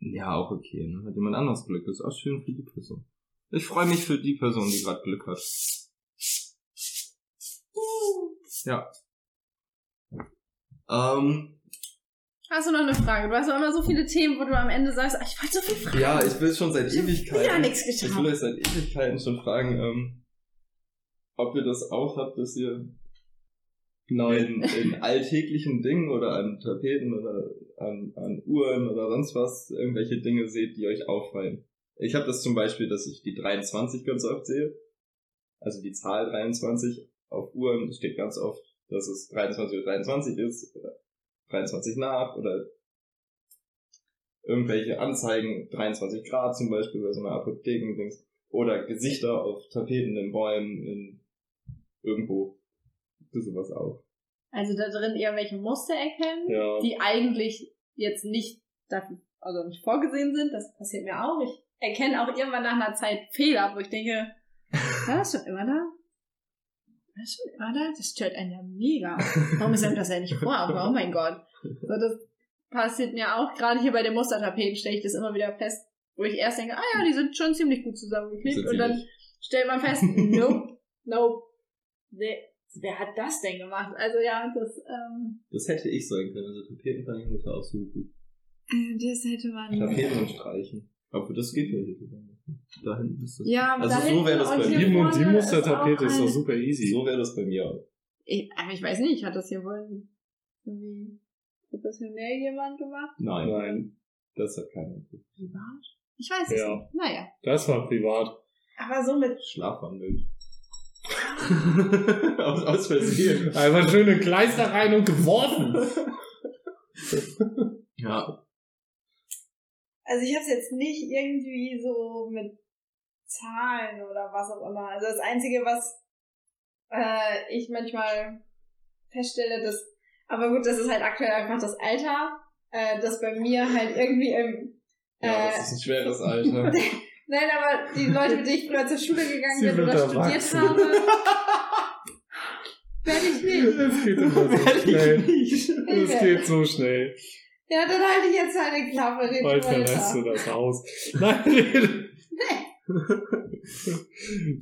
[SPEAKER 3] Ja, auch okay. Ne? Hat jemand anderes Glück. Das ist auch schön für die Person. Ich freue mich für die Person, die gerade Glück hat. Ja. Ähm,
[SPEAKER 5] Hast du noch eine Frage? Du hast ja immer so viele Themen, wo du am Ende sagst, ach, ich wollte so viel fragen.
[SPEAKER 3] ja, ich will schon seit
[SPEAKER 5] Ich hab
[SPEAKER 3] Ewigkeiten.
[SPEAKER 5] wieder nichts geschafft.
[SPEAKER 3] Ich will euch seit Ewigkeiten schon fragen, ähm, ob ihr das auch habt, dass ihr genau in, in alltäglichen Dingen oder an Tapeten oder an, an Uhren oder sonst was irgendwelche Dinge seht, die euch auffallen. Ich habe das zum Beispiel, dass ich die 23 ganz oft sehe. Also die Zahl 23 auf Uhren steht ganz oft, dass es 23 oder 23 ist oder 23 nach oder irgendwelche Anzeigen, 23 Grad zum Beispiel bei so einer Apotheken-Dings oder Gesichter auf Tapeten in Bäumen in irgendwo. Gibt es sowas auch?
[SPEAKER 5] Also da drin irgendwelche Muster erkennen,
[SPEAKER 3] Ja.
[SPEAKER 5] die eigentlich jetzt nicht dafür, also nicht vorgesehen sind. Das passiert mir auch. Ich erkenne auch irgendwann nach einer Zeit Fehler, wo ich denke, war das schon immer da? War das schon immer da? Das stört einen ja mega. Warum ist einem das ja nicht vor? Aber oh mein Gott. So, das passiert mir auch. Gerade hier bei den Mustertapeten stelle ich das immer wieder fest, wo ich erst denke, ah ja, die sind schon ziemlich gut zusammengeklebt.
[SPEAKER 3] Sind
[SPEAKER 5] Und
[SPEAKER 3] sie
[SPEAKER 5] dann
[SPEAKER 3] nicht.
[SPEAKER 5] stellt man fest, nope, nope. Wer, wer hat das denn gemacht? Also ja, das, ähm,
[SPEAKER 3] Das hätte ich sein können. Also Tapeten kann ich ungefähr aussuchen.
[SPEAKER 5] Äh, das hätte man.
[SPEAKER 3] Tapeten und streichen. Aber das geht ja hier sogar nicht. Da hinten ist das.
[SPEAKER 5] Ja,
[SPEAKER 3] Also
[SPEAKER 5] da
[SPEAKER 3] so
[SPEAKER 5] hinten
[SPEAKER 3] wäre das
[SPEAKER 5] und
[SPEAKER 3] bei
[SPEAKER 5] hier
[SPEAKER 3] mir.
[SPEAKER 4] Die, Mu-
[SPEAKER 5] vorne
[SPEAKER 4] die Mustertapete
[SPEAKER 5] auch
[SPEAKER 4] ist doch
[SPEAKER 5] ein-
[SPEAKER 4] super easy.
[SPEAKER 3] So wäre das bei mir auch.
[SPEAKER 5] Ich, aber ich weiß nicht, hat das hier wohl irgendwie professionell jemand gemacht?
[SPEAKER 3] Nein.
[SPEAKER 4] Nein,
[SPEAKER 3] Das hat keiner. geguckt.
[SPEAKER 5] Privat? Ich weiß es
[SPEAKER 4] Ja.
[SPEAKER 5] nicht. Naja.
[SPEAKER 4] das war privat.
[SPEAKER 5] Aber so mit.
[SPEAKER 3] Schlafwandel. aus, aus Versehen.
[SPEAKER 4] Einfach schöne Kleister rein und geworfen.
[SPEAKER 3] Ja.
[SPEAKER 5] Also ich habe es jetzt nicht irgendwie so mit Zahlen oder was auch immer. Also das Einzige, was äh, ich manchmal feststelle, dass. Aber gut, das ist halt aktuell einfach das Alter, äh, das bei mir halt irgendwie im. äh,
[SPEAKER 3] Ja, das ist ein schweres Alter.
[SPEAKER 5] Nein, aber die Leute, mit denen ich früher zur Schule gegangen
[SPEAKER 4] Sie
[SPEAKER 5] bin
[SPEAKER 4] wird
[SPEAKER 5] oder studiert
[SPEAKER 4] erwachsen.
[SPEAKER 5] habe, werde ich nicht.
[SPEAKER 4] Es geht immer so schnell.
[SPEAKER 3] nicht.
[SPEAKER 4] Es geht so schnell.
[SPEAKER 5] Ja, dann halte ich jetzt halt den Klappe, red
[SPEAKER 4] Bald
[SPEAKER 5] du weiter.
[SPEAKER 4] verlässt du das Haus. Nein.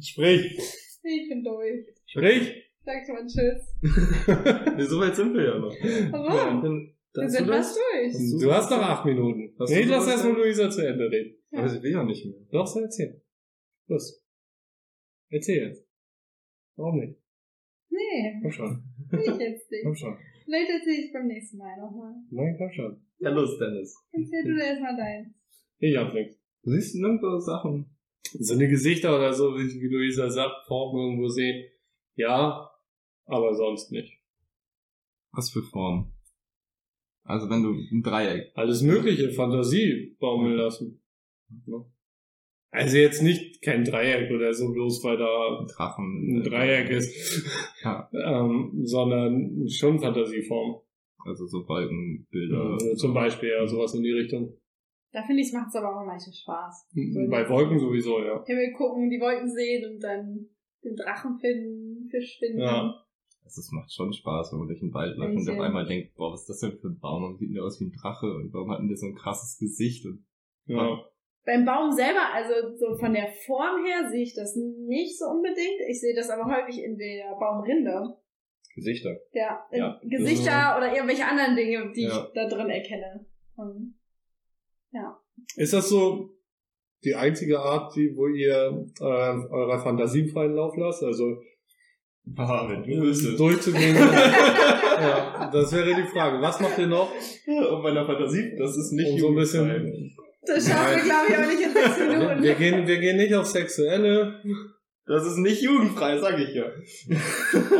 [SPEAKER 4] Sprich.
[SPEAKER 5] Ich bin durch.
[SPEAKER 4] Sprich.
[SPEAKER 5] Sagt man Tschüss.
[SPEAKER 3] Nee, so weit sind wir ja noch.
[SPEAKER 5] Aber
[SPEAKER 3] Dann-
[SPEAKER 5] wir
[SPEAKER 3] dann-
[SPEAKER 5] sind fast durch.
[SPEAKER 3] Hast
[SPEAKER 4] Du hast noch acht Minuten.
[SPEAKER 3] Hast
[SPEAKER 4] Nee,
[SPEAKER 3] du
[SPEAKER 4] lass
[SPEAKER 3] sowas
[SPEAKER 4] erstmal
[SPEAKER 3] denn?
[SPEAKER 4] Luisa zu Ende reden.
[SPEAKER 3] Aber sie will ja nicht mehr.
[SPEAKER 4] Doch, so erzähl. Los. Erzähl jetzt. Warum nicht?
[SPEAKER 5] Nee,
[SPEAKER 4] Komm schon.
[SPEAKER 5] nicht jetzt
[SPEAKER 4] Komm
[SPEAKER 5] nicht.
[SPEAKER 4] schon.
[SPEAKER 5] Vielleicht erzähle ich beim nächsten Mal nochmal.
[SPEAKER 4] Nein, komm schon.
[SPEAKER 3] Ja, los, Dennis.
[SPEAKER 5] Erzähl du dir erstmal deins.
[SPEAKER 4] Ich hab nichts.
[SPEAKER 3] Du siehst nirgendwo Sachen.
[SPEAKER 4] So eine Gesichter oder so, wie, wie Luisa sagt, Formen irgendwo sehen. Ja, aber sonst nicht.
[SPEAKER 3] Was für Formen? Also wenn du ein Dreieck.
[SPEAKER 4] Alles Mögliche, Fantasie baumeln lassen. Ne? Also jetzt nicht kein Dreieck oder so, bloß weil da
[SPEAKER 3] Drachen. äh,
[SPEAKER 4] ein Dreieck ist,
[SPEAKER 3] Ja.
[SPEAKER 4] ähm, sondern schon Fantasieform.
[SPEAKER 3] Also so Wolkenbilder.
[SPEAKER 4] Also zum Beispiel ja sowas in die Richtung.
[SPEAKER 5] Da finde ich, macht es aber auch manchmal Spaß. So
[SPEAKER 4] Hm, Bei Wolken sowieso, ja.
[SPEAKER 5] Himmel gucken, die Wolken sehen und dann den Drachen finden, Fisch finden.
[SPEAKER 4] Ja.
[SPEAKER 3] Also es macht schon Spaß, wenn man durch den Wald läuft und
[SPEAKER 5] Welche?
[SPEAKER 3] auf einmal denkt, boah, was ist das denn für ein Baum? Und sieht denn der aus wie ein Drache? Und warum hat denn der so ein krasses Gesicht? Und
[SPEAKER 4] ja.
[SPEAKER 5] Beim Baum selber, also so von der Form her, sehe ich das nicht so unbedingt. Ich sehe das aber häufig in der Baumrinde.
[SPEAKER 3] Gesichter.
[SPEAKER 5] Ja, in
[SPEAKER 3] Ja.
[SPEAKER 5] Gesichter oder irgendwelche anderen Dinge, die
[SPEAKER 3] Ja.
[SPEAKER 5] ich da drin erkenne. Hm.
[SPEAKER 4] Ist das so die einzige Art, die, wo ihr äh, eurer Fantasien freien Lauf lasst? Also
[SPEAKER 3] Haha, wenn
[SPEAKER 4] durchzugehen. ja, das wäre die Frage. Was macht ihr noch?
[SPEAKER 3] Und meiner Fantasie, das ist
[SPEAKER 4] Um so ein bisschen.
[SPEAKER 5] Das schaffen wir,
[SPEAKER 4] Nein.
[SPEAKER 5] glaube ich, auch nicht in sechs
[SPEAKER 4] Wir, wir,
[SPEAKER 5] Minuten.
[SPEAKER 4] gehen, wir gehen nicht auf sexuelle.
[SPEAKER 3] Das ist nicht jugendfrei, sag ich ja.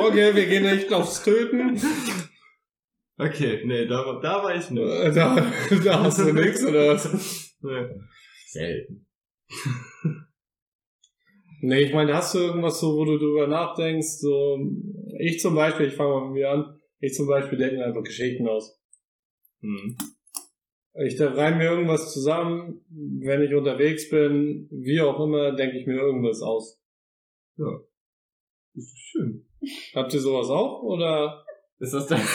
[SPEAKER 4] Okay, wir gehen nicht aufs Töten.
[SPEAKER 3] Okay, nee, da, da war ich nicht.
[SPEAKER 4] Äh, Da, da hast du nichts, oder was?
[SPEAKER 3] Nee. Selten.
[SPEAKER 4] Nee, ich meine, hast du irgendwas so, wo du drüber nachdenkst? So, ich zum Beispiel, ich fange mal mit mir an, ich zum Beispiel denke mir einfach Geschichten aus.
[SPEAKER 3] Hm.
[SPEAKER 4] Ich da reim mir irgendwas zusammen, wenn ich unterwegs bin, wie auch immer, denke ich mir irgendwas aus.
[SPEAKER 3] Das ist schön.
[SPEAKER 4] Habt ihr sowas auch? Oder?
[SPEAKER 3] Ist das dein,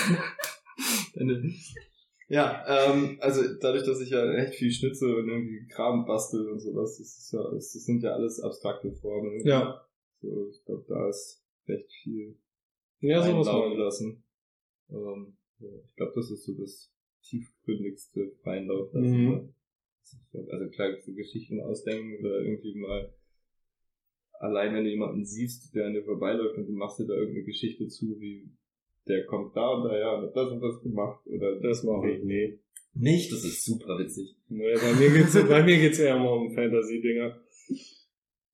[SPEAKER 3] deine Ja, ähm, also dadurch, dass ich ja echt viel schnitze und irgendwie Kram bastel und sowas, das ist ja, das sind ja alles abstrakte Formen.
[SPEAKER 4] Ja.
[SPEAKER 3] So, ich glaube, da ist recht viel
[SPEAKER 4] Ja, sowas
[SPEAKER 3] einlaufen
[SPEAKER 4] mal.
[SPEAKER 3] lassen. Ähm, ja, ich glaube, das ist so das tiefgründigste Reinlauf lassen.
[SPEAKER 4] Mhm.
[SPEAKER 3] ne? Das ist so- Also klar, so Geschichten ausdenken oder irgendwie mal allein wenn du jemanden siehst, der an dir vorbeiläuft und du machst dir da irgendeine Geschichte zu, wie der kommt da und daher und hat das und das gemacht oder
[SPEAKER 4] Das mache ich nie.
[SPEAKER 3] nicht, das ist super witzig.
[SPEAKER 4] Nee, bei mir geht's, bei mir geht's eher mal um Fantasy-Dinger.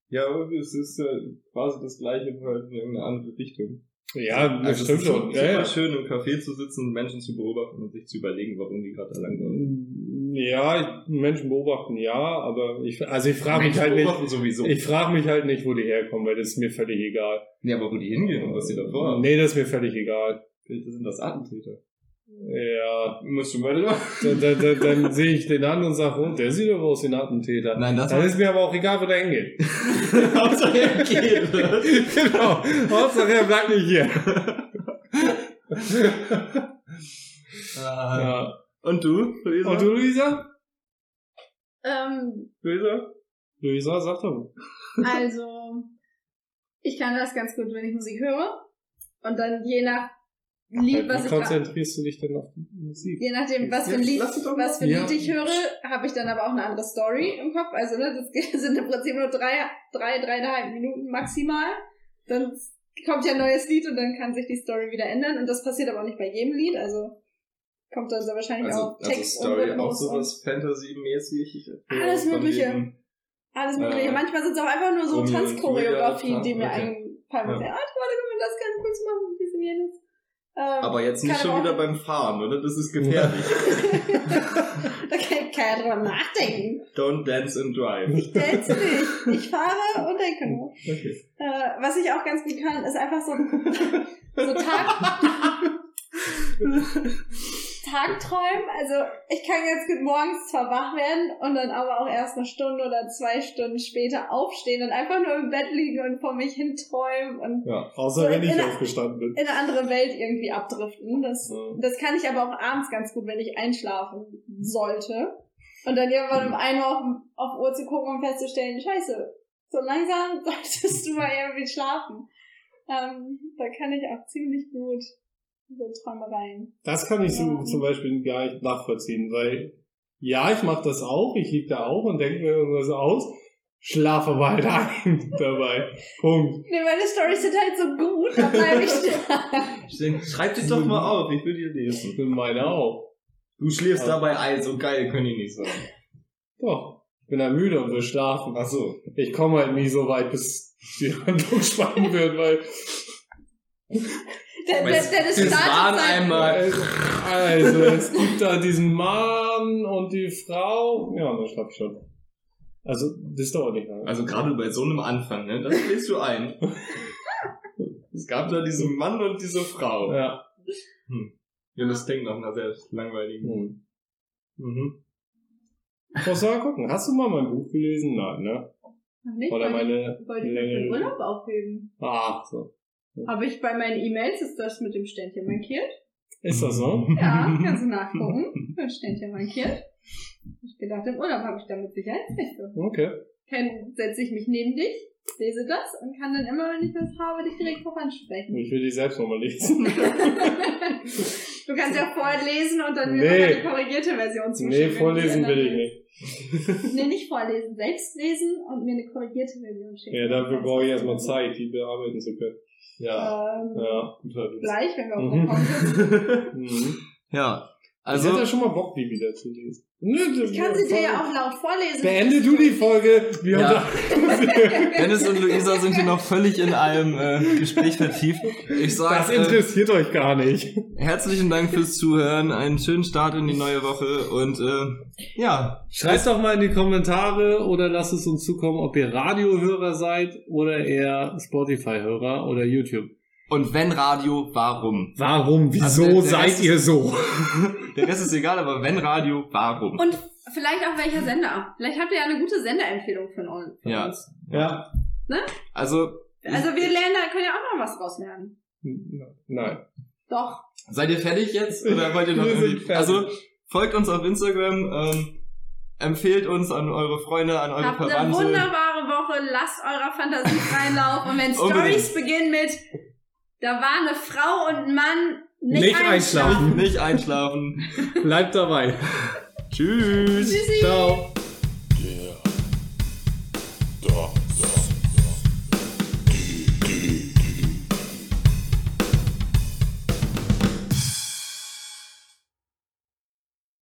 [SPEAKER 3] Ja, aber es ist ja quasi das gleiche nur halt in irgendeine andere Richtung.
[SPEAKER 4] Ja, das
[SPEAKER 3] Also
[SPEAKER 4] stimmt
[SPEAKER 3] es ist
[SPEAKER 4] schon.
[SPEAKER 3] Super
[SPEAKER 4] Ja, ja.
[SPEAKER 3] schön, im Café zu sitzen, Menschen zu beobachten und sich zu überlegen, warum die gerade da lang sind.
[SPEAKER 4] Ja, ich- Menschen beobachten ja, aber ich, also ich frage mich halt nicht,
[SPEAKER 3] sowieso.
[SPEAKER 4] ich frage mich halt nicht, wo die herkommen, weil das ist mir völlig egal.
[SPEAKER 3] nee, aber wo die hingehen und was die davor haben.
[SPEAKER 4] Nee, das ist mir völlig egal.
[SPEAKER 3] Das sind das Attentäter.
[SPEAKER 4] Ja,
[SPEAKER 3] Musst du mal
[SPEAKER 4] dann, dann, dann, dann sehe ich den an und sage, oh, der sieht aber aus wie ein Attentäter.
[SPEAKER 3] Nein, das
[SPEAKER 4] Dann ist mir aber auch egal, wo der hingeht.
[SPEAKER 3] Hauptsache er geht.
[SPEAKER 4] genau. Hauptsache er bleibt nicht hier.
[SPEAKER 3] Ah.
[SPEAKER 4] Ja.
[SPEAKER 3] Und du, Luisa?
[SPEAKER 4] Und du, Luisa?
[SPEAKER 5] Ähm,
[SPEAKER 4] Luisa? Luisa, sag doch.
[SPEAKER 5] also, ich kann das ganz gut, wenn ich Musik höre. Und dann je nach
[SPEAKER 3] Halt
[SPEAKER 5] Lied, was
[SPEAKER 4] Wie
[SPEAKER 5] ich da,
[SPEAKER 4] konzentrierst du dich denn auf die Musik?
[SPEAKER 5] je nachdem, was für ein
[SPEAKER 3] Jetzt
[SPEAKER 5] Lied,
[SPEAKER 3] lass es doch
[SPEAKER 5] was für ein
[SPEAKER 4] Ja.
[SPEAKER 5] Lied ich höre, habe ich dann aber auch eine andere Story im Kopf. Also, ne, das sind im Prinzip nur drei, drei, dreieinhalb Minuten maximal. Dann kommt ja ein neues Lied und dann kann sich die Story wieder ändern. Und das passiert aber auch nicht bei jedem Lied. Also, kommt dann sehr wahrscheinlich auch
[SPEAKER 3] Also, also
[SPEAKER 5] Text und
[SPEAKER 3] Story auch
[SPEAKER 5] Rhythmus und
[SPEAKER 3] sowas Fantasy-mäßig.
[SPEAKER 5] Alles
[SPEAKER 3] Von
[SPEAKER 5] Mögliche.
[SPEAKER 3] wegen-
[SPEAKER 5] Alles Mögliche.
[SPEAKER 3] Äh,
[SPEAKER 5] Manchmal sind es auch einfach nur so
[SPEAKER 3] Romeo und
[SPEAKER 5] Tanzchoreografien,
[SPEAKER 3] Julia,
[SPEAKER 5] die mir
[SPEAKER 3] okay.
[SPEAKER 5] eingefallen sind.
[SPEAKER 3] Ja.
[SPEAKER 5] Ah, warte, guck mal, das kann ich kurz machen, dies und jenes. Ähm,
[SPEAKER 3] Aber jetzt nicht
[SPEAKER 5] kann
[SPEAKER 3] schon
[SPEAKER 5] aber
[SPEAKER 3] wieder
[SPEAKER 5] auch-
[SPEAKER 3] beim Fahren, oder? Das ist gefährlich.
[SPEAKER 5] Da kann keiner drüber nachdenken.
[SPEAKER 3] Don't dance and drive.
[SPEAKER 5] Stell's nicht. Ich fahre und denke nur.
[SPEAKER 3] Okay.
[SPEAKER 5] Äh, was ich auch ganz gut kann, ist einfach so, so Tag, Tagträumen. Also ich kann ganz gut morgens zwar wach werden und dann aber auch erst eine Stunde oder zwei Stunden später aufstehen und einfach nur im Bett liegen und vor mich hin träumen und
[SPEAKER 3] ja.
[SPEAKER 4] Außer wenn ich
[SPEAKER 5] In-
[SPEAKER 4] aufgestanden bin.
[SPEAKER 5] in eine andere Welt irgendwie abdriften. Das,
[SPEAKER 3] Ja.
[SPEAKER 5] das kann ich aber auch abends ganz gut, wenn ich einschlafen sollte. Und dann irgendwann um ein Uhr auf, auf Uhr zu gucken und festzustellen, scheiße, so langsam solltest du mal irgendwie schlafen. Ähm, da kann ich auch ziemlich gut so Träumereien.
[SPEAKER 4] Das kann ich so,
[SPEAKER 5] Ja.
[SPEAKER 4] zum Beispiel gar nicht nachvollziehen, weil ja, ich mache das auch, ich lieg da auch und denke mir irgendwas aus, schlafe aber halt ein dabei. Punkt.
[SPEAKER 5] Nee, meine Storys sind halt so gut, da bleibe ich da.
[SPEAKER 3] Schreib dich doch mal auf, ich will dir lesen.
[SPEAKER 4] Bin meine auch.
[SPEAKER 3] Du schläfst
[SPEAKER 4] Ja.
[SPEAKER 3] dabei ein, so geil können die nicht sein.
[SPEAKER 4] Doch. Ich bin da müde und will schlafen.
[SPEAKER 3] Ach so.
[SPEAKER 4] Ich komme halt nie so weit, bis die Handlung spannend wird, weil
[SPEAKER 5] Der, der, der, der
[SPEAKER 3] Es waren
[SPEAKER 5] startet sein-
[SPEAKER 3] einmal.
[SPEAKER 4] also, also es gibt da diesen Mann und die Frau. Ja, dann schlaf ich schon. Also, das dauert nicht lange.
[SPEAKER 3] Also gerade bei so einem Anfang, ne? Das schläfst du ein. es gab da diesen Mann und diese Frau. Ja,
[SPEAKER 4] ja.
[SPEAKER 3] das klingt nach einer sehr langweiligen.
[SPEAKER 4] Hm.
[SPEAKER 3] Mhm.
[SPEAKER 4] Muss mal gucken. Hast du mal mein Buch gelesen? Nein, ne?
[SPEAKER 5] Noch Nicht,
[SPEAKER 4] Oder
[SPEAKER 5] wollte
[SPEAKER 4] meine.
[SPEAKER 5] ich- wollte ich für den Urlaub aufheben.
[SPEAKER 4] Ah, so.
[SPEAKER 5] Habe ich bei meinen E-Mails, ist das mit dem Ständchen markiert?
[SPEAKER 4] Ist das so?
[SPEAKER 5] Ja, kannst du nachgucken. Dann steht ja markiert. Ich gedacht, im Urlaub habe ich damit Sicherheitsrechte.
[SPEAKER 4] Okay.
[SPEAKER 5] Dann setze ich mich neben dich, lese das und kann dann immer, wenn ich was habe, dich direkt drauf ansprechen.
[SPEAKER 4] Ich will die selbst nochmal lesen.
[SPEAKER 5] du kannst ja vorher lesen und dann mir
[SPEAKER 4] Nee.
[SPEAKER 5] nochmal die korrigierte Version zuschicken.
[SPEAKER 4] nee,
[SPEAKER 5] wenn du
[SPEAKER 4] vorlesen
[SPEAKER 5] sie
[SPEAKER 4] will ich
[SPEAKER 5] ändern
[SPEAKER 4] nicht.
[SPEAKER 5] willst. Nee, nicht vorlesen, selbst lesen und mir eine korrigierte Version schicken.
[SPEAKER 4] Ja, dafür brauche ich erstmal Zeit, die bearbeiten zu können.
[SPEAKER 3] Ja,
[SPEAKER 5] Ähm,
[SPEAKER 4] Ja.
[SPEAKER 3] guter Witz.
[SPEAKER 5] Gleich, wenn wir auf
[SPEAKER 4] Mhm.
[SPEAKER 5] der Couch sitzen.
[SPEAKER 4] Mhm.
[SPEAKER 3] Ja.
[SPEAKER 4] Also, ich
[SPEAKER 3] Also,
[SPEAKER 4] hätte ja schon mal Bock, die wieder zu lesen. Nö,
[SPEAKER 5] Ich kann sie dir ja auch laut vorlesen.
[SPEAKER 4] Beende du die Folge. Wir
[SPEAKER 3] Ja.
[SPEAKER 4] unterhalten uns hier.
[SPEAKER 3] Dennis und Luisa sind hier noch völlig in einem äh, Gespräch vertieft. Ich
[SPEAKER 4] Das
[SPEAKER 3] sage, äh,
[SPEAKER 4] interessiert euch gar nicht.
[SPEAKER 3] herzlichen Dank fürs Zuhören, einen schönen Start in die neue Woche und äh, ja,
[SPEAKER 4] Schreibt doch mal in die Kommentare oder lasst es uns zukommen, ob ihr Radiohörer seid oder eher Spotify-Hörer oder YouTube.
[SPEAKER 3] und wenn Radio, warum?
[SPEAKER 4] Warum,
[SPEAKER 3] Also der- der Rest ist-
[SPEAKER 4] so?
[SPEAKER 3] Der Rest ist egal, aber wenn Radio, warum?
[SPEAKER 5] Und vielleicht auch welcher Sender. Vielleicht habt ihr ja eine gute Senderempfehlung von uns.
[SPEAKER 3] Ja.
[SPEAKER 4] Ja.
[SPEAKER 3] Also,
[SPEAKER 5] Also wir lernen, da können ja auch noch was rauslernen.
[SPEAKER 4] Nein.
[SPEAKER 5] Doch.
[SPEAKER 3] seid ihr fertig jetzt? Oder wollt ihr noch
[SPEAKER 4] Wir sind
[SPEAKER 3] irgendwie?
[SPEAKER 4] fertig.
[SPEAKER 3] Also, Folgt uns auf Instagram, ähm, empfehlt uns an eure Freunde, an eure
[SPEAKER 5] Habt eine
[SPEAKER 3] Verwandte.
[SPEAKER 5] wunderbare Woche, lasst eurer Fantasie freien Lauf und wenn
[SPEAKER 3] Unbedingt.
[SPEAKER 5] Stories beginnen mit, da war eine Frau und ein Mann, nicht,
[SPEAKER 4] Nicht
[SPEAKER 5] einschlafen.
[SPEAKER 4] einschlafen.
[SPEAKER 3] Nicht einschlafen.
[SPEAKER 4] Bleibt dabei.
[SPEAKER 3] Tschüss.
[SPEAKER 5] Tschüssi.
[SPEAKER 4] Ciao.